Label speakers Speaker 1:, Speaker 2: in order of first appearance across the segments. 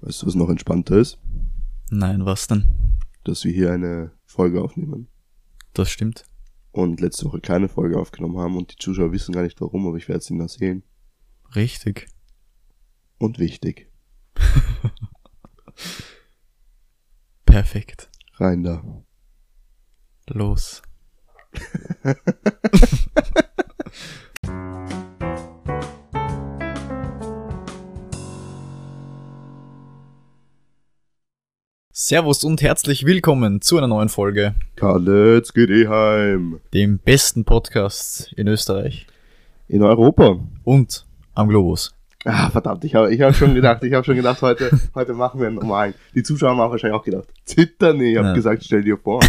Speaker 1: Weißt du, was noch entspannter ist?
Speaker 2: Nein, was denn?
Speaker 1: Dass wir hier eine Folge aufnehmen.
Speaker 2: Das stimmt.
Speaker 1: Und letzte Woche keine Folge aufgenommen haben und die Zuschauer wissen gar nicht warum, aber ich werde es ihnen erzählen.
Speaker 2: Richtig.
Speaker 1: Und wichtig.
Speaker 2: Perfekt.
Speaker 1: Rein da.
Speaker 2: Los. Servus und herzlich willkommen zu einer neuen Folge,
Speaker 1: Karlitz geht eh heim.
Speaker 2: dem besten Podcast in Österreich
Speaker 1: In Europa.
Speaker 2: und am Globus.
Speaker 1: Ah, verdammt, ich habe ich hab schon gedacht, ich habe schon gedacht, heute, heute machen wir einen normalen. Die Zuschauer haben auch wahrscheinlich auch gedacht, zittern, nee, ich habe
Speaker 2: Ja.
Speaker 1: gesagt, stell dir vor.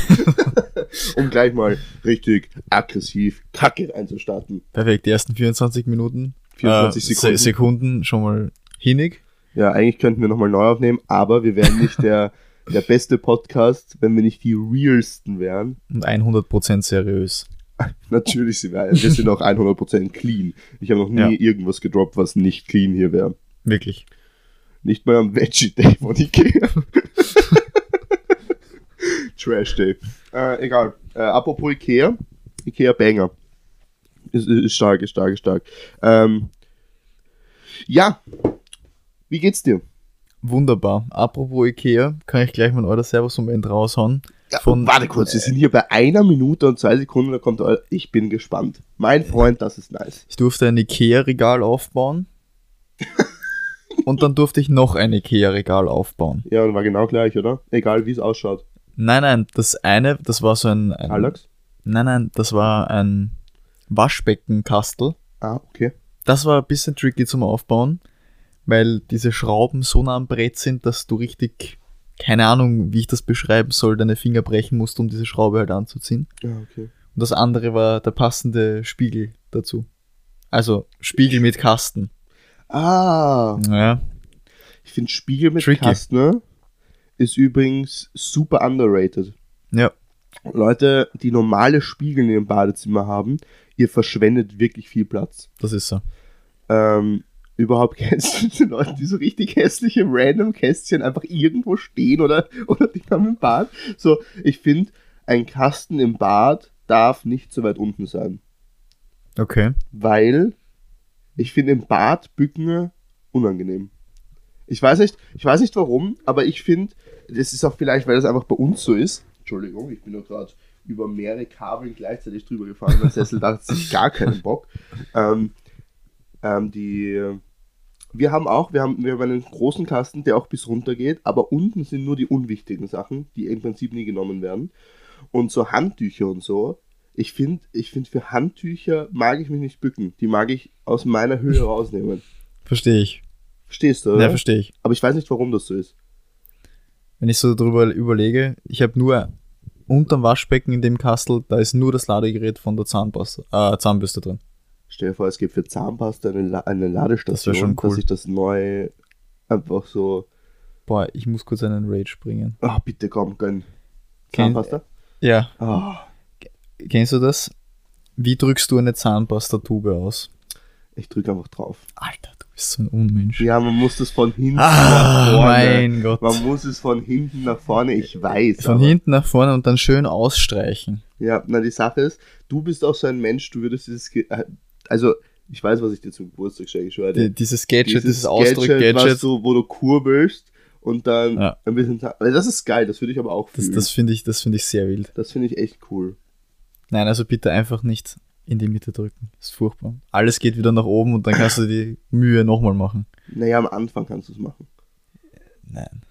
Speaker 1: um gleich mal richtig aggressiv Kacke einzustarten.
Speaker 2: Perfekt, die ersten 24 Minuten. äh,
Speaker 1: 24
Speaker 2: Ah, Se-
Speaker 1: Sekunden.
Speaker 2: Sekunden schon mal hinig.
Speaker 1: Ja, eigentlich könnten wir nochmal neu aufnehmen, aber wir wären nicht der, der beste Podcast, wenn wir nicht die realsten wären.
Speaker 2: und 100% seriös.
Speaker 1: Natürlich, sie wären, wir sind auch 100% clean. Ich habe noch nie
Speaker 2: Ja.
Speaker 1: irgendwas gedroppt, was nicht clean hier wäre.
Speaker 2: Wirklich.
Speaker 1: Nicht mal am Veggie Day von Ikea. Trash Day. Äh, egal. Äh, apropos Ikea. Ikea Banger. Ist, ist, ist stark, ist stark, ist stark. Ähm, ja. Wie geht's dir?
Speaker 2: Wunderbar. Apropos Ikea, kann ich gleich mein Euer Servus-Moment um raushauen.
Speaker 1: Ja,
Speaker 2: Von- Äh.
Speaker 1: warte kurz, wir sind hier bei einer Minute und zwei Sekunden, da kommt euer, ich bin gespannt.
Speaker 2: Äh.
Speaker 1: Mein Freund, das ist nice.
Speaker 2: Ich durfte ein Ikea-Regal aufbauen. und dann durfte ich noch ein Ikea-Regal aufbauen.
Speaker 1: Ja, und war genau gleich, oder? Egal, wie es ausschaut.
Speaker 2: Nein, nein, das eine, das war so ein. ein
Speaker 1: Alex?
Speaker 2: Nein, nein, das war ein Waschbeckenkastel.
Speaker 1: Ah, okay.
Speaker 2: Das war ein bisschen tricky zum Aufbauen, weil diese Schrauben so nah am Brett sind, dass du richtig, keine Ahnung, wie ich das beschreiben soll, deine Finger brechen musst, um diese Schraube halt anzuziehen.
Speaker 1: Ja, okay.
Speaker 2: Und das andere war der passende Spiegel dazu. Also Spiegel mit Kasten.
Speaker 1: Ah,
Speaker 2: Ja,
Speaker 1: ich finde Spiegel mit
Speaker 2: Tricky.
Speaker 1: Kastner ist übrigens super underrated.
Speaker 2: ja,
Speaker 1: Leute, die normale Spiegel in ihrem Badezimmer haben, ihr verschwendet wirklich viel Platz.
Speaker 2: das ist so.
Speaker 1: Ähm, überhaupt kennst du die Leute, die so richtig hässliche random Kästchen einfach irgendwo stehen oder, oder die haben im Bad. So, ich finde, ein Kasten im Bad darf nicht so weit unten sein,
Speaker 2: Okay.
Speaker 1: weil ich finde im Bad Bücken unangenehm. Ich weiß nicht, ich weiß nicht warum, aber ich finde, das ist auch vielleicht, weil das einfach bei uns so ist. Entschuldigung, ich bin nur gerade über mehrere Kabeln gleichzeitig drüber gefahren. Mein Sessel dachte sich gar keinen Bock. Ähm, ähm, die, wir haben auch, wir haben, wir haben einen großen Kasten, der auch bis runter geht, aber unten sind nur die unwichtigen Sachen, die im Prinzip nie genommen werden. Und so Handtücher und so. Ich finde, ich find für Handtücher mag ich mich nicht bücken. Die mag ich aus meiner Höhe rausnehmen.
Speaker 2: Verstehe ich.
Speaker 1: Verstehst du?
Speaker 2: Ja,
Speaker 1: Oder?
Speaker 2: verstehe ich.
Speaker 1: aber ich weiß nicht, warum das so ist.
Speaker 2: Wenn ich so drüber überlege, ich habe nur unterm Waschbecken in dem Kastel, da ist nur das Ladegerät von der Zahnbürste, äh, Zahnbürste drin.
Speaker 1: Stell dir vor, es gibt für Zahnpasta eine, La eine Ladestation,
Speaker 2: Das wär schon cool.
Speaker 1: dass ich das neu einfach so.
Speaker 2: Boah, ich muss kurz einen Rage bringen.
Speaker 1: Ah, bitte komm, gönn.
Speaker 2: Kenn-
Speaker 1: Zahnpasta?
Speaker 2: Ja,
Speaker 1: Ah,
Speaker 2: Kennst du das? Wie drückst du eine Zahnpastatube aus?
Speaker 1: ich drücke einfach drauf.
Speaker 2: Alter, du bist so ein Unmensch.
Speaker 1: Ja, man muss das von hinten nach
Speaker 2: Ah,
Speaker 1: vorne.
Speaker 2: mein Gott.
Speaker 1: Man muss es von hinten nach vorne, ich weiß.
Speaker 2: Von
Speaker 1: aber-
Speaker 2: hinten nach vorne und dann schön ausstreichen.
Speaker 1: Ja, na, die Sache ist, du bist auch so ein Mensch, du würdest dieses. Ge äh, also, ich weiß, was ich dir zum Geburtstag schenke, ich schwöre dir.
Speaker 2: Die, Äh, dieses Gadget, dieses,
Speaker 1: Gadget,
Speaker 2: Ausdruck, Gadget,
Speaker 1: Was du, wo du kurbelst und dann
Speaker 2: Ja.
Speaker 1: ein bisschen. Zahn- Also, das ist geil, das würde ich aber auch
Speaker 2: das,
Speaker 1: fühlen.
Speaker 2: das
Speaker 1: Das,
Speaker 2: finde ich, das finde ich sehr wild.
Speaker 1: finde ich echt cool.
Speaker 2: Nein, also bitte einfach nicht in die Mitte drücken. ist furchtbar. Alles geht wieder nach oben und dann kannst du die Mühe nochmal machen.
Speaker 1: Naja, am Anfang kannst du es machen.
Speaker 2: Nein.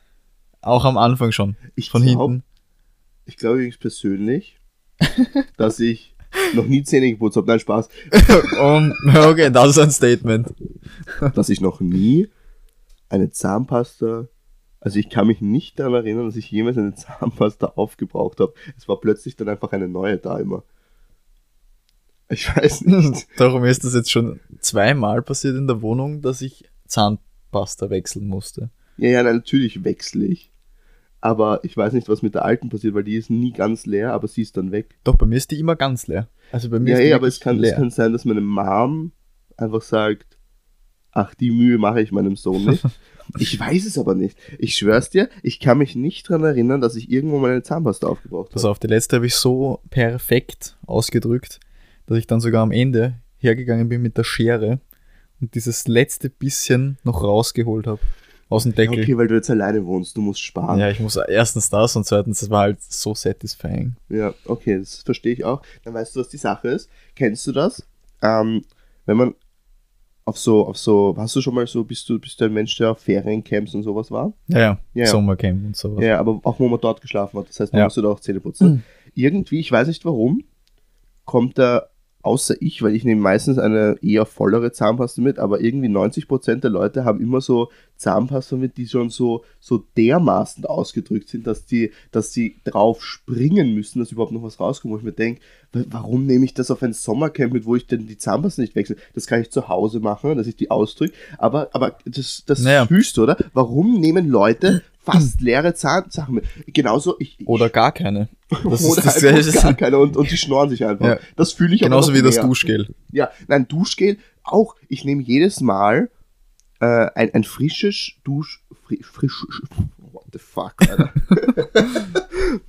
Speaker 2: Auch am Anfang schon.
Speaker 1: Ich
Speaker 2: Von
Speaker 1: glaub-
Speaker 2: hinten.
Speaker 1: Ich glaube übrigens persönlich, dass ich noch nie Zähne geputzt habe. Nein, Spaß.
Speaker 2: Um, okay, das ist ein Statement.
Speaker 1: dass ich noch nie eine Zahnpasta, also ich kann mich nicht daran erinnern, dass ich jemals eine Zahnpasta aufgebraucht habe. Es war plötzlich dann einfach eine neue da immer. Ich weiß nicht.
Speaker 2: Darum ist das jetzt schon zweimal passiert in der Wohnung, dass ich Zahnpasta wechseln musste.
Speaker 1: ja, ja, nein, natürlich wechsle ich. Aber ich weiß nicht, was mit der alten passiert, weil die ist nie ganz leer, aber sie ist dann weg.
Speaker 2: Doch, bei mir ist die immer ganz leer. Also bei mir
Speaker 1: Ja,
Speaker 2: ist die
Speaker 1: eh, aber es
Speaker 2: wirklich
Speaker 1: kann, es
Speaker 2: leer.
Speaker 1: kann sein, dass meine Mom einfach sagt, Ach, die Mühe mache ich meinem Sohn nicht. Ich weiß es aber nicht. Ich schwör's dir, ich kann mich nicht dran erinnern, dass ich irgendwo meine Zahnpasta aufgebraucht
Speaker 2: Pass
Speaker 1: habe.
Speaker 2: auf, die letzte habe ich so perfekt ausgedrückt, dass ich dann sogar am Ende hergegangen bin mit der Schere und dieses letzte bisschen noch rausgeholt habe aus dem
Speaker 1: Ja,
Speaker 2: Deckel.
Speaker 1: okay, weil du jetzt alleine wohnst, du musst sparen.
Speaker 2: Ja, ich muss erstens das und zweitens, es war halt so satisfying.
Speaker 1: Ja, okay, das verstehe ich auch. Dann weißt du, was die Sache ist. Kennst du das? Ähm, wenn man auf so, auf so, hast du schon mal so, bist du, bist du ein Mensch, der auf Feriencamps und sowas war?
Speaker 2: Ja, ja,
Speaker 1: Ja.
Speaker 2: Sommercamp und sowas.
Speaker 1: Ja, aber auch wo man dort geschlafen hat. Das heißt, man
Speaker 2: Ja.
Speaker 1: musste da auch Zähne putzen.
Speaker 2: Mhm.
Speaker 1: Irgendwie, ich weiß nicht warum, kommt da, außer ich, weil ich nehme meistens eine eher vollere Zahnpasta mit, aber irgendwie 90% der Leute haben immer so Zahnpasta mit, die schon so, so dermaßen ausgedrückt sind, dass die, dass sie drauf springen müssen, dass überhaupt noch was rauskommt. Wo ich mir denke, warum nehme ich das auf ein Sommercamp mit, wo ich denn die Zahnpasta nicht wechsle? Das kann ich zu Hause machen, dass ich die ausdrücke, aber, aber das, das
Speaker 2: Naja.
Speaker 1: fühlst du, oder? Warum nehmen Leute fast leere Zahnsachen mit? Genauso, ich, ich
Speaker 2: Oder gar keine. Das
Speaker 1: oder
Speaker 2: ist das
Speaker 1: halt bloß gar
Speaker 2: Gleiche.
Speaker 1: keine und, und die schnorren sich einfach.
Speaker 2: Ja.
Speaker 1: Das fühle ich aber
Speaker 2: Genauso
Speaker 1: noch
Speaker 2: wie das
Speaker 1: mehr.
Speaker 2: Duschgel.
Speaker 1: Ja, nein, Duschgel auch. Ich nehme jedes Mal äh, ein, ein frisches Dusch. Fri, frisch, what the fuck, Alter.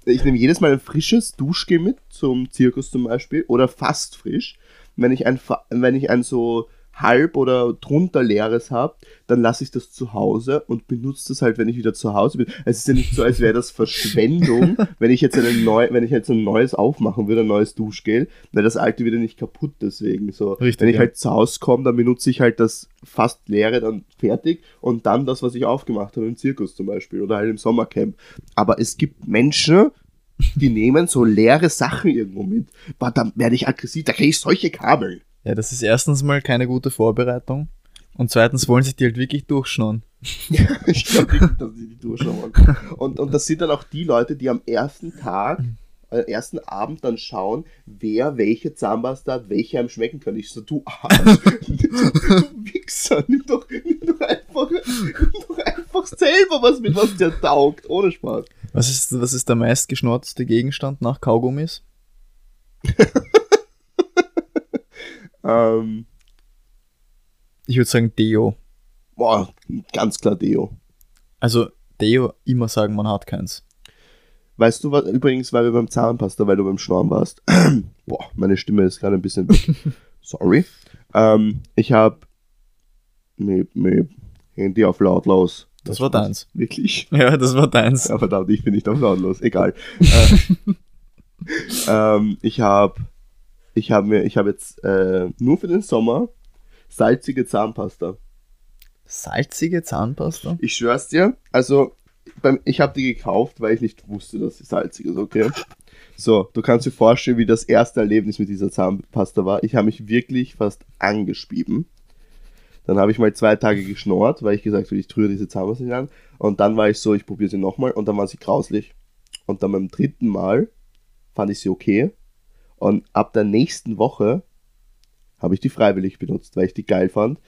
Speaker 1: ich nehme jedes Mal ein frisches Duschgel mit, zum Zirkus zum Beispiel, oder fast frisch. Wenn ich ein, fa- wenn ich ein so halb oder drunter leeres habe, dann lasse ich das zu Hause und benutze das halt, wenn ich wieder zu Hause bin. Es ist ja nicht so, als wäre das Verschwendung, wenn ich jetzt einen neu, wenn ich jetzt ein neues aufmachen würde, ein neues Duschgel, wäre das alte wieder nicht kaputt deswegen so.
Speaker 2: Richtig,
Speaker 1: wenn ich
Speaker 2: ja.
Speaker 1: halt zu Hause komme, dann benutze ich halt das fast leere dann fertig und dann das, was ich aufgemacht habe im Zirkus zum Beispiel oder halt im Sommercamp. Aber es gibt Menschen, die nehmen so leere Sachen irgendwo mit. Boah, dann werde ich aggressiv, da kriege ich solche Kabel.
Speaker 2: Ja, das ist erstens mal keine gute Vorbereitung. Und zweitens wollen sich die halt wirklich durchschnorren.
Speaker 1: ich glaube nicht, dass die die durchschauen. wollen. Und, und das sind dann auch die Leute, die am ersten Tag, äh, ersten Abend dann schauen, wer welche Zahnpasta hat, welche einem schmecken kann. Ich so, du Arsch, du, du Wichser, nimm doch, nimm doch einfach, nimm doch einfach selber was mit, was dir taugt, ohne Spaß.
Speaker 2: Was ist, was ist der meistgeschnorzte Gegenstand nach Kaugummis?
Speaker 1: Ähm,
Speaker 2: Ich würde sagen Deo.
Speaker 1: boah, ganz klar Deo.
Speaker 2: Also Deo immer sagen, man hat keins.
Speaker 1: Weißt du was, übrigens, weil wir beim Zahnpasta, weil du beim Schnorren warst. Boah, meine Stimme ist gerade ein bisschen weg. Sorry. Ähm, ich habe. Nee, nee. Handy auf lautlos.
Speaker 2: Das war deins.
Speaker 1: Wirklich?
Speaker 2: Ja, das war deins.
Speaker 1: Ja, verdammt, ich bin nicht auf lautlos. Egal. äh, ähm, ich habe. Ich habe mir. Ich habe jetzt äh, nur für den Sommer salzige Zahnpasta.
Speaker 2: Salzige Zahnpasta?
Speaker 1: Ich schwör's dir, also beim, ich habe die gekauft, weil ich nicht wusste, dass sie salzig ist, okay? So, du kannst dir vorstellen, wie das erste Erlebnis mit dieser Zahnpasta war. Ich habe mich wirklich fast angespieben. Dann habe ich mal zwei Tage geschnorrt, weil ich gesagt habe, ich rühre diese Zahnpasta nicht an. Und dann war ich so, ich probiere sie nochmal und dann war sie grauslich. Und dann beim dritten Mal fand ich sie okay. Und ab der nächsten Woche habe ich die freiwillig benutzt, weil ich die geil fand.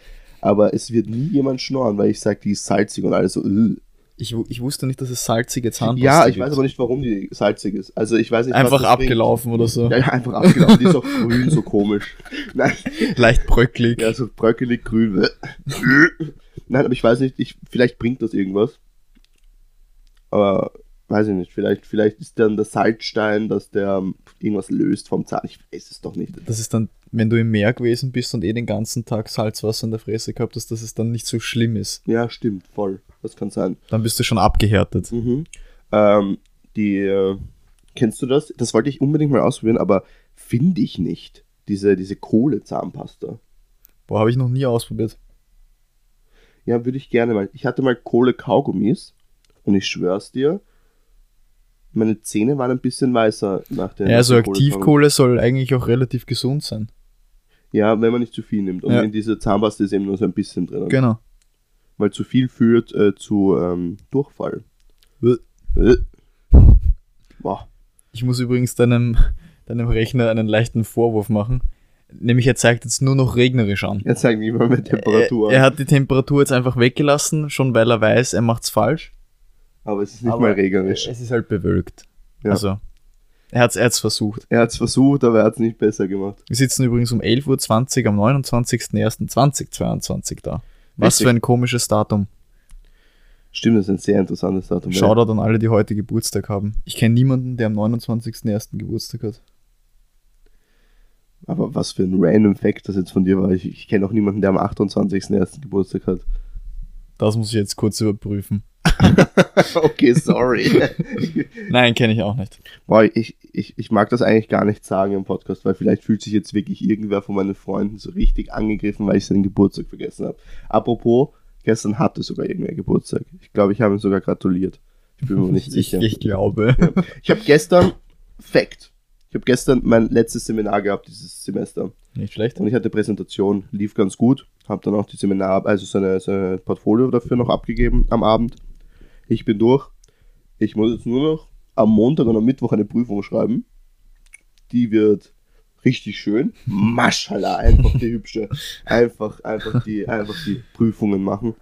Speaker 1: Aber es wird nie jemand schnorren, weil ich sage, die ist salzig und alles so. "Ugh."
Speaker 2: Ich, wu- ich wusste nicht, dass es salzige Zahnpasta
Speaker 1: Ja, ich
Speaker 2: gibt.
Speaker 1: weiß aber nicht, warum die salzig ist. Also ich weiß nicht. was
Speaker 2: Einfach
Speaker 1: das bringt.
Speaker 2: abgelaufen oder so.
Speaker 1: Ja, ja, einfach abgelaufen. Die ist auch grün, so komisch. Nein,
Speaker 2: Leicht bröcklig.
Speaker 1: ja, so bröckelig grün. Äh. Nein, aber ich weiß nicht, ich, vielleicht bringt das irgendwas. Aber weiß ich nicht, vielleicht, vielleicht ist dann der Salzstein, dass der ähm, irgendwas löst vom Zahn. Ich weiß es doch nicht.
Speaker 2: Das ist dann, wenn du im Meer gewesen bist und eh den ganzen Tag Salzwasser in der Fresse gehabt hast, dass es dann nicht so schlimm ist.
Speaker 1: Ja, stimmt, voll. Das kann sein.
Speaker 2: Dann bist du schon abgehärtet.
Speaker 1: Mhm. Ähm, die, äh, kennst du das? Das wollte ich unbedingt mal ausprobieren, aber finde ich nicht. Diese, diese Kohle-Zahnpasta.
Speaker 2: Boah, habe ich noch nie ausprobiert.
Speaker 1: Ja, würde ich gerne mal. Ich hatte mal Kohle-Kaugummis und ich schwör's dir, meine Zähne waren ein bisschen weißer nach der
Speaker 2: Ja, also
Speaker 1: nach der Kohle-Kaugummi.
Speaker 2: Aktivkohle soll eigentlich auch relativ gesund sein.
Speaker 1: Ja, wenn man nicht zu viel nimmt. Und
Speaker 2: Ja.
Speaker 1: in dieser Zahnpasta ist eben nur so ein bisschen drin.
Speaker 2: Genau.
Speaker 1: Weil zu viel führt äh, zu ähm, Durchfall.
Speaker 2: Bäh.
Speaker 1: Äh. Boah.
Speaker 2: Ich muss übrigens deinem, deinem Rechner einen leichten Vorwurf machen. Nämlich er zeigt jetzt nur noch regnerisch an.
Speaker 1: Jetzt zeig mir mal meine Temperatur.
Speaker 2: Äh, Er, er hat die Temperatur jetzt einfach weggelassen, schon weil er weiß, er macht's falsch.
Speaker 1: aber es ist nicht
Speaker 2: Aber
Speaker 1: mal regnerisch.
Speaker 2: Es ist halt bewölkt.
Speaker 1: Ja.
Speaker 2: Also, er hat's, er hat's versucht.
Speaker 1: Er hat es versucht, aber er hat es nicht besser gemacht.
Speaker 2: Wir sitzen übrigens um 11.20 Uhr am 29.01.2022 da. Was
Speaker 1: Richtig.
Speaker 2: für ein komisches Datum.
Speaker 1: Stimmt, das ist ein sehr interessantes Datum. ja.
Speaker 2: Shoutout an alle, die heute Geburtstag haben. Ich kenne niemanden, der am 29.01. Geburtstag hat.
Speaker 1: Aber was für ein random Fact das jetzt von dir war. Ich, ich kenne auch niemanden, der am 28.01. Geburtstag hat.
Speaker 2: Das muss ich jetzt kurz überprüfen.
Speaker 1: okay, sorry.
Speaker 2: Nein, kenne ich auch nicht.
Speaker 1: Boah, ich, ich, ich mag das eigentlich gar nicht sagen im Podcast, weil vielleicht fühlt sich jetzt wirklich irgendwer von meinen Freunden so richtig angegriffen, weil ich seinen Geburtstag vergessen habe. Apropos, gestern hatte sogar irgendwer Geburtstag. Ich glaube, ich habe ihm sogar gratuliert. Ich bin mir nicht
Speaker 2: Ich,
Speaker 1: sicher.
Speaker 2: ich glaube.
Speaker 1: Ich habe gestern, Fact, ich habe gestern mein letztes Seminar gehabt dieses Semester.
Speaker 2: Nicht schlecht.
Speaker 1: Und ich hatte Präsentation, lief ganz gut. Habe dann auch die Seminar, also seine, seine Portfolio dafür noch abgegeben am Abend. Ich bin durch. Ich muss jetzt nur noch am Montag und am Mittwoch eine Prüfung schreiben. Die wird richtig schön. Maschallah, einfach die hübsche. Einfach, einfach die, einfach die Prüfungen machen.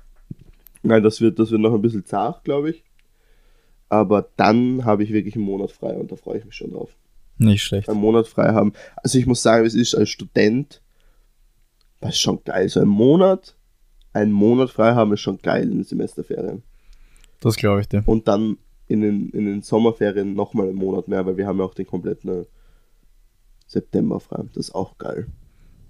Speaker 1: Nein, das wird, das wird noch ein bisschen zart, glaube ich. Aber dann habe ich wirklich einen Monat frei und da freue ich mich schon drauf
Speaker 2: Nicht schlecht.
Speaker 1: einen Monat frei haben. Also ich muss sagen, es ist als Student, das ist schon geil. So ein Monat, einen Monat frei haben ist schon geil in den Semesterferien.
Speaker 2: Das glaube ich dir.
Speaker 1: Und dann in den, in den Sommerferien nochmal einen Monat mehr, weil wir haben ja auch den kompletten äh, September frei. Das ist auch geil.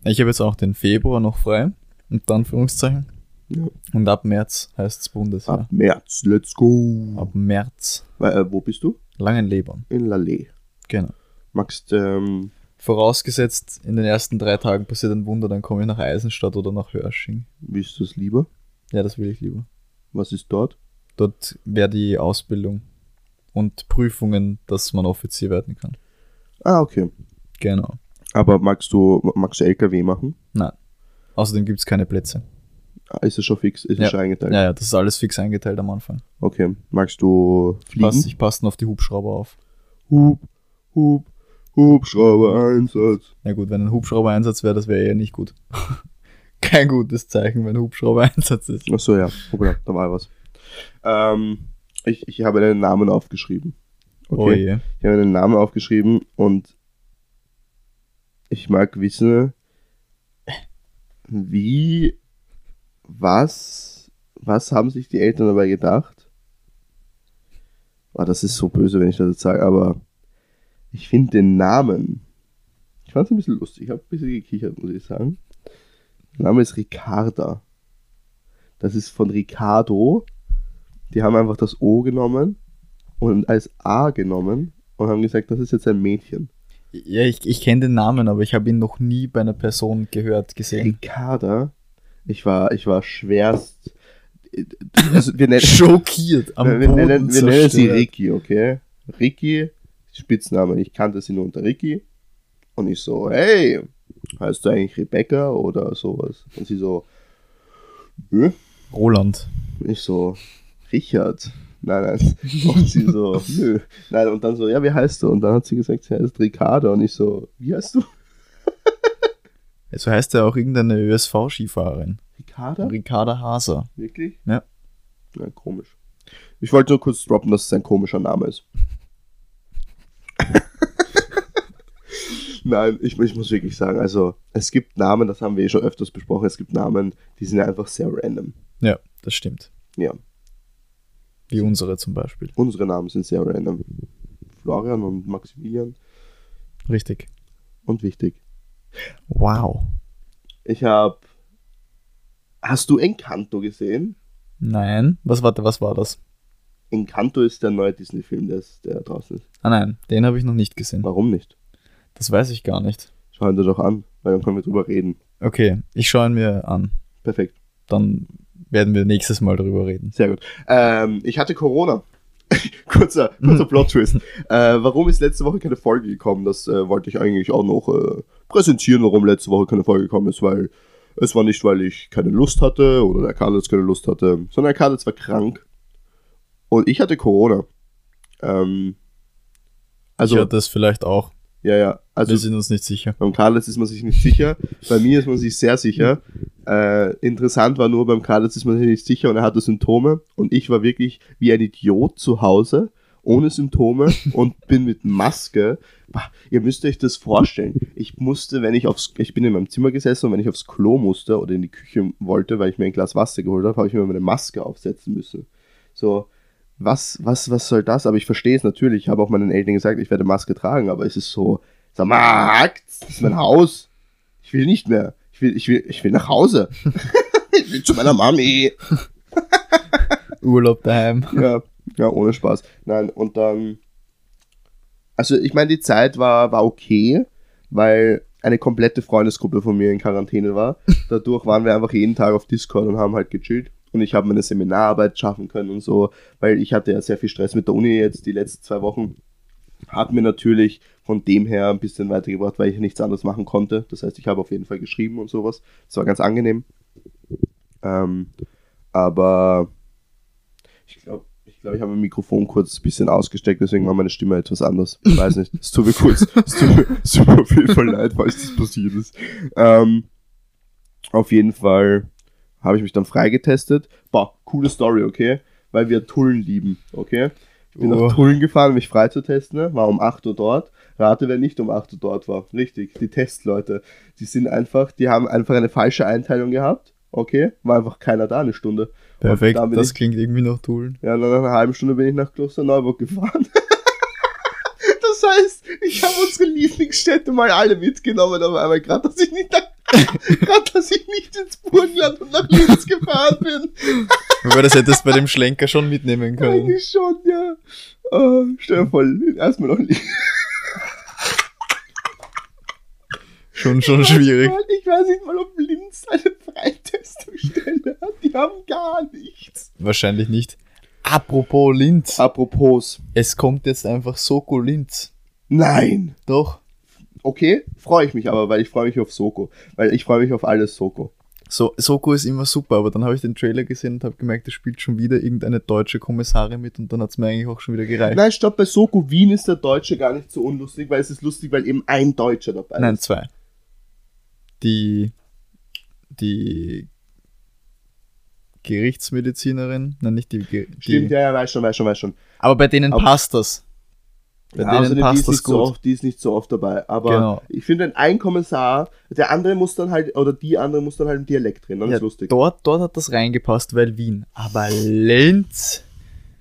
Speaker 2: Ich habe jetzt auch den Februar noch frei. Und dann Anführungszeichen.
Speaker 1: Ja.
Speaker 2: Und ab März heißt es Bundesjahr.
Speaker 1: Ab März, let's go.
Speaker 2: Ab März.
Speaker 1: Weil, äh, wo bist du?
Speaker 2: Langenlebern.
Speaker 1: In Lallee.
Speaker 2: Genau.
Speaker 1: Magst, ähm,
Speaker 2: Vorausgesetzt, in den ersten drei Tagen passiert ein Wunder, dann komme ich nach Eisenstadt oder nach Hörsching.
Speaker 1: wie ist das lieber?
Speaker 2: Ja, das will ich lieber.
Speaker 1: Was ist dort?
Speaker 2: Dort wäre die Ausbildung und Prüfungen, dass man Offizier werden kann.
Speaker 1: Ah, okay.
Speaker 2: Genau.
Speaker 1: Aber magst du, magst du LKW machen?
Speaker 2: Nein. Außerdem gibt es keine Plätze.
Speaker 1: Ah, Ist es schon fix? Ist
Speaker 2: Ja.
Speaker 1: es schon eingeteilt?
Speaker 2: Ja, ja, das ist alles fix eingeteilt am Anfang.
Speaker 1: Okay, magst du fliegen?
Speaker 2: Pass, ich passe nur auf die Hubschrauber auf.
Speaker 1: Hub, Hub, Hubschrauber-Einsatz.
Speaker 2: Na gut, wenn ein Hubschrauber-Einsatz wäre, das wäre eher nicht gut. Kein gutes Zeichen, wenn ein Hubschrauber-Einsatz ist.
Speaker 1: Achso, ja, hoppla, da war was. Ähm, ich, ich habe deinen Namen aufgeschrieben.
Speaker 2: Oh je.
Speaker 1: Ich habe deinen Namen aufgeschrieben und ich mag wissen, wie, was, was haben sich die Eltern dabei gedacht? Oh, das ist so böse, wenn ich das jetzt sage, aber ich finde den Namen, ich fand es ein bisschen lustig, ich habe ein bisschen gekichert, muss ich sagen. Der Name ist Ricarda. Das ist von Ricardo. Die haben einfach das O genommen und als A genommen und haben gesagt, das ist jetzt ein Mädchen.
Speaker 2: Ja, ich, ich kenne den Namen, aber ich habe ihn noch nie bei einer Person gehört, gesehen.
Speaker 1: Ricarda, ich war, ich war schwerst. Also wir nennen,
Speaker 2: Schockiert am
Speaker 1: wir, wir
Speaker 2: Boden
Speaker 1: nennen, wir nennen sie
Speaker 2: zerstört.
Speaker 1: Ricky, okay? Ricky, Spitzname, ich kannte sie nur unter Ricky. Und ich so, hey, heißt du eigentlich Rebecca oder sowas? Und sie so, nö.
Speaker 2: Roland.
Speaker 1: Und ich so, Richard. Nein, nein. Und sie so, nö. Nein, und dann so, ja, wie heißt du? Und dann hat sie gesagt, sie heißt Ricarda. Und ich so, wie heißt du?
Speaker 2: So Also heißt er auch irgendeine ÖSV-Skifahrerin.
Speaker 1: Ricarda?
Speaker 2: Ricarda Haser.
Speaker 1: Wirklich?
Speaker 2: Ja.
Speaker 1: Ja, komisch. Ich wollte nur kurz droppen, dass es ein komischer Name ist. Nein, ich, ich muss wirklich sagen, also es gibt Namen, das haben wir eh schon öfters besprochen, es gibt Namen, die sind einfach sehr random.
Speaker 2: Ja, das stimmt.
Speaker 1: Ja,
Speaker 2: Wie unsere zum Beispiel.
Speaker 1: unsere Namen sind sehr random. Florian und Maximilian
Speaker 2: Richtig.
Speaker 1: und wichtig.
Speaker 2: Wow.
Speaker 1: Ich habe... Hast du Encanto gesehen?
Speaker 2: Nein. Was, warte, was war das?
Speaker 1: Encanto ist der neue Disney-Film, der, ist- der draußen ist.
Speaker 2: Ah nein, den habe ich noch nicht gesehen.
Speaker 1: Warum nicht?
Speaker 2: Das weiß ich gar nicht.
Speaker 1: Schau ihn dir doch an, weil dann können wir drüber reden.
Speaker 2: Okay, ich schaue ihn mir an.
Speaker 1: Perfekt.
Speaker 2: Dann werden wir nächstes Mal drüber reden.
Speaker 1: Sehr gut. Ähm, ich hatte Corona. kurzer kurzer
Speaker 2: Hm.
Speaker 1: Plot-Twist. Äh, warum ist letzte Woche keine Folge gekommen? Das äh, wollte ich eigentlich auch noch äh, präsentieren, warum letzte Woche keine Folge gekommen ist, weil es war nicht, weil ich keine Lust hatte oder der Karlitz keine Lust hatte, sondern der Karlitz war krank und ich hatte Corona. Ähm, also,
Speaker 2: ich hatte es vielleicht auch.
Speaker 1: ja, ja. Also,
Speaker 2: wir sind uns nicht sicher.
Speaker 1: beim Karlitz ist man sich nicht sicher, bei mir ist man sich sehr sicher. Äh, interessant war nur, beim Karlitz ist man sich nicht sicher und er hatte Symptome und ich war wirklich wie ein Idiot zu Hause ohne Symptome und bin mit Maske. Bah, Ihr müsst euch das vorstellen. Ich musste, wenn ich aufs, ich bin in meinem Zimmer gesessen und wenn ich aufs Klo musste oder in die Küche wollte, weil ich mir ein Glas Wasser geholt habe, habe ich mir meine Maske aufsetzen müssen. So, was, was, was soll das? Aber ich verstehe es natürlich. Ich habe auch meinen Eltern gesagt, ich werde Maske tragen, aber es ist so, sag mal, hackt's, das ist mein Haus. Ich will nicht mehr. Ich will, ich will, ich will nach Hause. ich will zu meiner Mami.
Speaker 2: Urlaub daheim.
Speaker 1: Ja, ja, ohne Spaß. Nein, und dann. Also, ich meine, die Zeit war, war okay, weil eine komplette Freundesgruppe von mir in Quarantäne war. Dadurch waren wir einfach jeden Tag auf Discord und haben halt gechillt. Und ich habe meine Seminararbeit schaffen können und so, weil ich hatte ja sehr viel Stress mit der Uni jetzt die letzten zwei Wochen. Hat mir natürlich von dem her ein bisschen weitergebracht, weil ich nichts anderes machen konnte. Das heißt, ich habe auf jeden Fall geschrieben und sowas. Das war ganz angenehm. Ähm, aber ich glaube, ich, glaub, ich habe mein Mikrofon kurz ein bisschen ausgesteckt, deswegen war meine Stimme etwas anders. Ich weiß nicht. Es tut mir kurz, es tut mir, es tut mir auf jeden Fall leid, falls das passiert ist. Ähm, auf jeden Fall habe ich mich dann freigetestet. Boah, coole Story, okay? Weil wir Tullen lieben, okay? Ich bin
Speaker 2: Oh.
Speaker 1: nach Tullen gefahren, um mich freizutesten, war um 8 Uhr dort. Rate, wer nicht um 8 Uhr dort war. Richtig, die Testleute. Die sind einfach, die haben einfach eine falsche Einteilung gehabt, okay? War einfach keiner da eine Stunde.
Speaker 2: Perfekt,
Speaker 1: Und dann bin
Speaker 2: das
Speaker 1: ich-
Speaker 2: klingt irgendwie noch Tulln.
Speaker 1: Ja, nach einer halben Stunde bin ich nach Klosterneuburg gefahren. Das heißt, ich habe unsere Lieblingsstädte mal alle mitgenommen auf einmal. Gerade, dass ich nicht nach, grad, dass ich nicht ins Burgenland und nach Linz gefahren bin.
Speaker 2: Wobei das hättest du bei dem Schlenker schon mitnehmen können.
Speaker 1: Eigentlich schon, ja. Oh, stell dir vor, erstmal noch Linz.
Speaker 2: Schon, schon schwierig.
Speaker 1: Ich weiß nicht mal, ob Linz eine Freitestungsstelle hat. Die haben gar nichts.
Speaker 2: Wahrscheinlich nicht. Apropos Linz.
Speaker 1: Apropos.
Speaker 2: Es kommt jetzt einfach Soko Linz.
Speaker 1: Nein.
Speaker 2: Doch.
Speaker 1: Okay, freue ich mich aber, weil ich freue mich auf Soko. Weil ich freue mich auf alles Soko.
Speaker 2: So, Soko ist immer super, aber dann habe ich den Trailer gesehen und habe gemerkt, da spielt schon wieder irgendeine deutsche Kommissarin mit und dann hat es mir eigentlich auch schon wieder gereicht.
Speaker 1: Nein, stopp, bei Soko Wien ist der Deutsche gar nicht so unlustig, weil es ist lustig, weil eben ein Deutscher dabei
Speaker 2: Nein,
Speaker 1: ist.
Speaker 2: zwei. Die, die Gerichtsmedizinerin, nein, nicht die, Ge- die
Speaker 1: Stimmt, ja, ja, weiß schon, weiß schon, weiß schon.
Speaker 2: aber bei denen
Speaker 1: Aber-
Speaker 2: passt das. Bei
Speaker 1: Ja, also außerdem, die,
Speaker 2: denen passt
Speaker 1: ist
Speaker 2: das
Speaker 1: nicht
Speaker 2: gut.
Speaker 1: so oft, die ist nicht so oft dabei. Aber
Speaker 2: Genau.
Speaker 1: ich finde, wenn ein Kommissar, der andere muss dann halt, oder die andere muss dann halt im Dialekt reden, dann
Speaker 2: ja,
Speaker 1: ist lustig.
Speaker 2: Dort, dort hat das reingepasst, weil Wien. Aber Linz,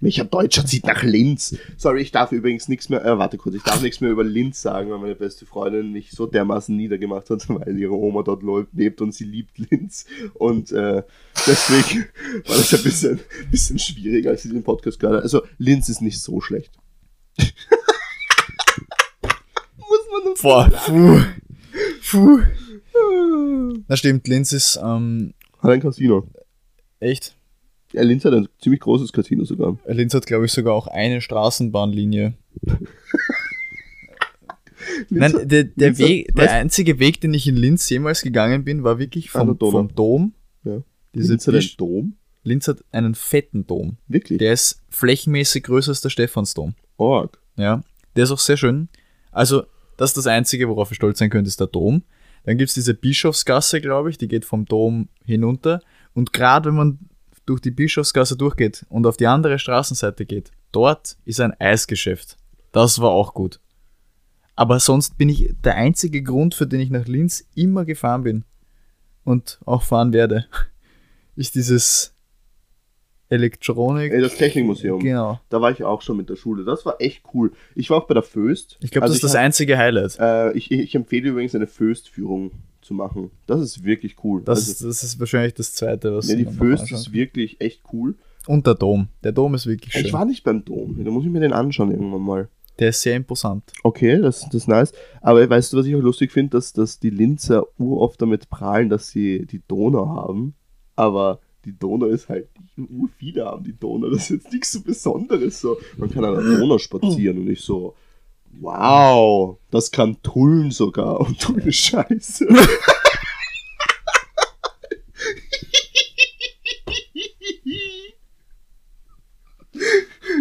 Speaker 1: Welcher Deutscher zieht nach Linz? Sorry, ich darf übrigens nichts mehr, äh, warte kurz, ich darf nichts mehr über Linz sagen, weil meine beste Freundin mich so dermaßen niedergemacht hat, weil ihre Oma dort lo- lebt und sie liebt Linz. Und äh, deswegen war das ein bisschen, bisschen schwierig, als sie den Podcast gehört hat. Also, Linz ist nicht so schlecht. Muss man das
Speaker 2: boah, puh, puh. Na stimmt, Linz ist, ähm,
Speaker 1: Hat ein Casino.
Speaker 2: echt,
Speaker 1: Ja, Linz hat ein ziemlich großes Casino sogar.
Speaker 2: Linz hat glaube ich sogar auch eine Straßenbahnlinie.
Speaker 1: Linz
Speaker 2: Nein, der, der,
Speaker 1: Linz hat-
Speaker 2: Weg, der
Speaker 1: weißt-
Speaker 2: einzige Weg, den ich in Linz jemals gegangen bin, war wirklich
Speaker 1: An der
Speaker 2: vom,
Speaker 1: Donau.
Speaker 2: vom Dom.
Speaker 1: Ja.
Speaker 2: Diese
Speaker 1: Linz hat einen
Speaker 2: Bisch-
Speaker 1: Dom?
Speaker 2: Linz hat einen fetten Dom.
Speaker 1: Wirklich?
Speaker 2: Der ist flächenmäßig größer als der Stephansdom.
Speaker 1: Org.
Speaker 2: Ja. Der ist auch sehr schön. Also, das ist das Einzige, worauf ihr stolz sein könnt, ist der Dom. Dann gibt es diese Bischofsgasse, glaube ich, die geht vom Dom hinunter. Und gerade wenn man durch die Bischofsgasse durchgeht und auf die andere Straßenseite geht, dort ist ein Eisgeschäft. Das war auch gut. Aber sonst bin ich der einzige Grund, für den ich nach Linz immer gefahren bin und auch fahren werde, ist dieses Elektronik.
Speaker 1: Ey, Äh, das Technikmuseum.
Speaker 2: Genau.
Speaker 1: Da war ich auch schon mit der Schule. Das war echt cool. Ich war auch bei der Föst.
Speaker 2: Ich glaube,
Speaker 1: Also
Speaker 2: das ist das einzige Highlight.
Speaker 1: hab, äh, ich, ich empfehle übrigens eine Föst-Führung zu machen. Das ist wirklich cool.
Speaker 2: Das,
Speaker 1: Also,
Speaker 2: ist, das ist wahrscheinlich das zweite, was
Speaker 1: ja, die
Speaker 2: man noch
Speaker 1: Föst
Speaker 2: anschauen
Speaker 1: ist wirklich echt cool.
Speaker 2: kann. Und der Dom. Der Dom ist wirklich
Speaker 1: Ich
Speaker 2: schön.
Speaker 1: war nicht beim Dom. Da muss ich mir den anschauen irgendwann mal.
Speaker 2: Der ist sehr imposant.
Speaker 1: Okay, das, das ist nice. Aber weißt du, was ich auch lustig finde? Dass, dass die Linzer uroft damit prahlen, dass sie die Donau haben. Aber die Donau ist halt nicht ur viele haben die Donau. Das ist jetzt nichts so Besonderes. So. Man kann an der Donau spazieren und ich so, wow, das kann Tulln sogar. Und Tulln ist scheiße.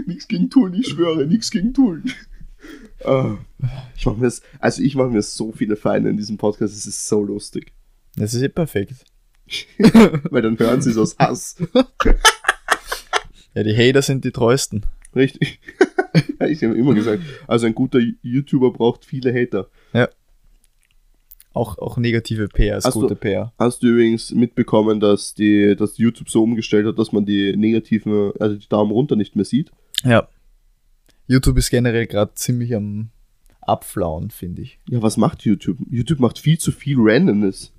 Speaker 1: Nichts gegen Tulln, ich schwöre, nichts gegen Tulln. Ah, Ich mache mir das, also ich mache mir so viele Feinde in diesem Podcast, es ist so lustig.
Speaker 2: Das ist eh perfekt.
Speaker 1: Weil dann hören sie es aus Hass.
Speaker 2: Ja, die Hater sind die treuesten.
Speaker 1: Richtig. ich habe immer gesagt, also ein guter YouTuber braucht viele Hater.
Speaker 2: Auch, auch negative PR ist
Speaker 1: Hast du-
Speaker 2: gute PR.
Speaker 1: Hast du übrigens mitbekommen, dass die, dass YouTube so umgestellt hat, dass man die negativen, also die Daumen runter nicht mehr sieht?
Speaker 2: Ja. YouTube ist generell gerade ziemlich am Abflauen, finde ich.
Speaker 1: Ja, was macht YouTube? YouTube macht viel zu viel Randomness.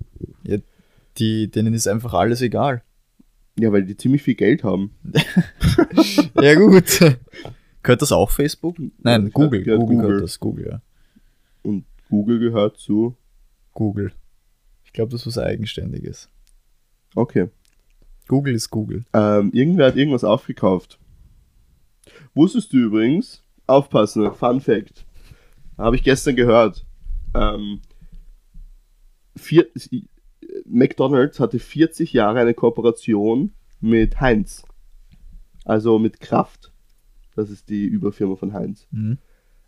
Speaker 2: Die, denen ist einfach alles egal.
Speaker 1: Ja, weil die ziemlich viel Geld haben.
Speaker 2: ja, gut. Gehört das auch Facebook? Nein,
Speaker 1: Ja,
Speaker 2: Google.
Speaker 1: gehört
Speaker 2: Google
Speaker 1: Google.
Speaker 2: gehört das. Google, ja.
Speaker 1: Und Google gehört zu.
Speaker 2: Google. Ich glaube, das ist was Eigenständiges.
Speaker 1: Okay.
Speaker 2: Google ist Google.
Speaker 1: Ähm, irgendwer hat irgendwas aufgekauft. Wusstest du übrigens, aufpassen, Fun Fact, habe ich gestern gehört, ähm, vier, McDonald's hatte 40 Jahre eine Kooperation mit Heinz. Also mit Kraft. Das ist die Überfirma von Heinz.
Speaker 2: Mhm.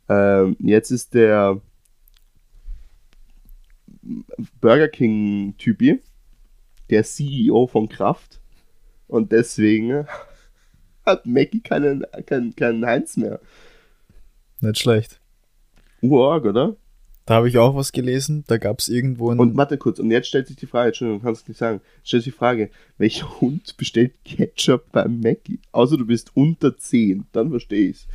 Speaker 1: Ähm, jetzt ist der Burger King-Typi der CEO von Kraft und deswegen hat Mackie keinen, keinen, keinen Heinz mehr.
Speaker 2: Nicht schlecht.
Speaker 1: Urorg, oder?
Speaker 2: Da habe ich auch was gelesen. Da gab es irgendwo einen.
Speaker 1: Und warte kurz, und jetzt stellt sich die Frage, Entschuldigung, du kannst es nicht sagen, stellt sich die Frage, welcher Hund bestellt Ketchup beim Mackie? Außer du bist unter 10, dann verstehe ich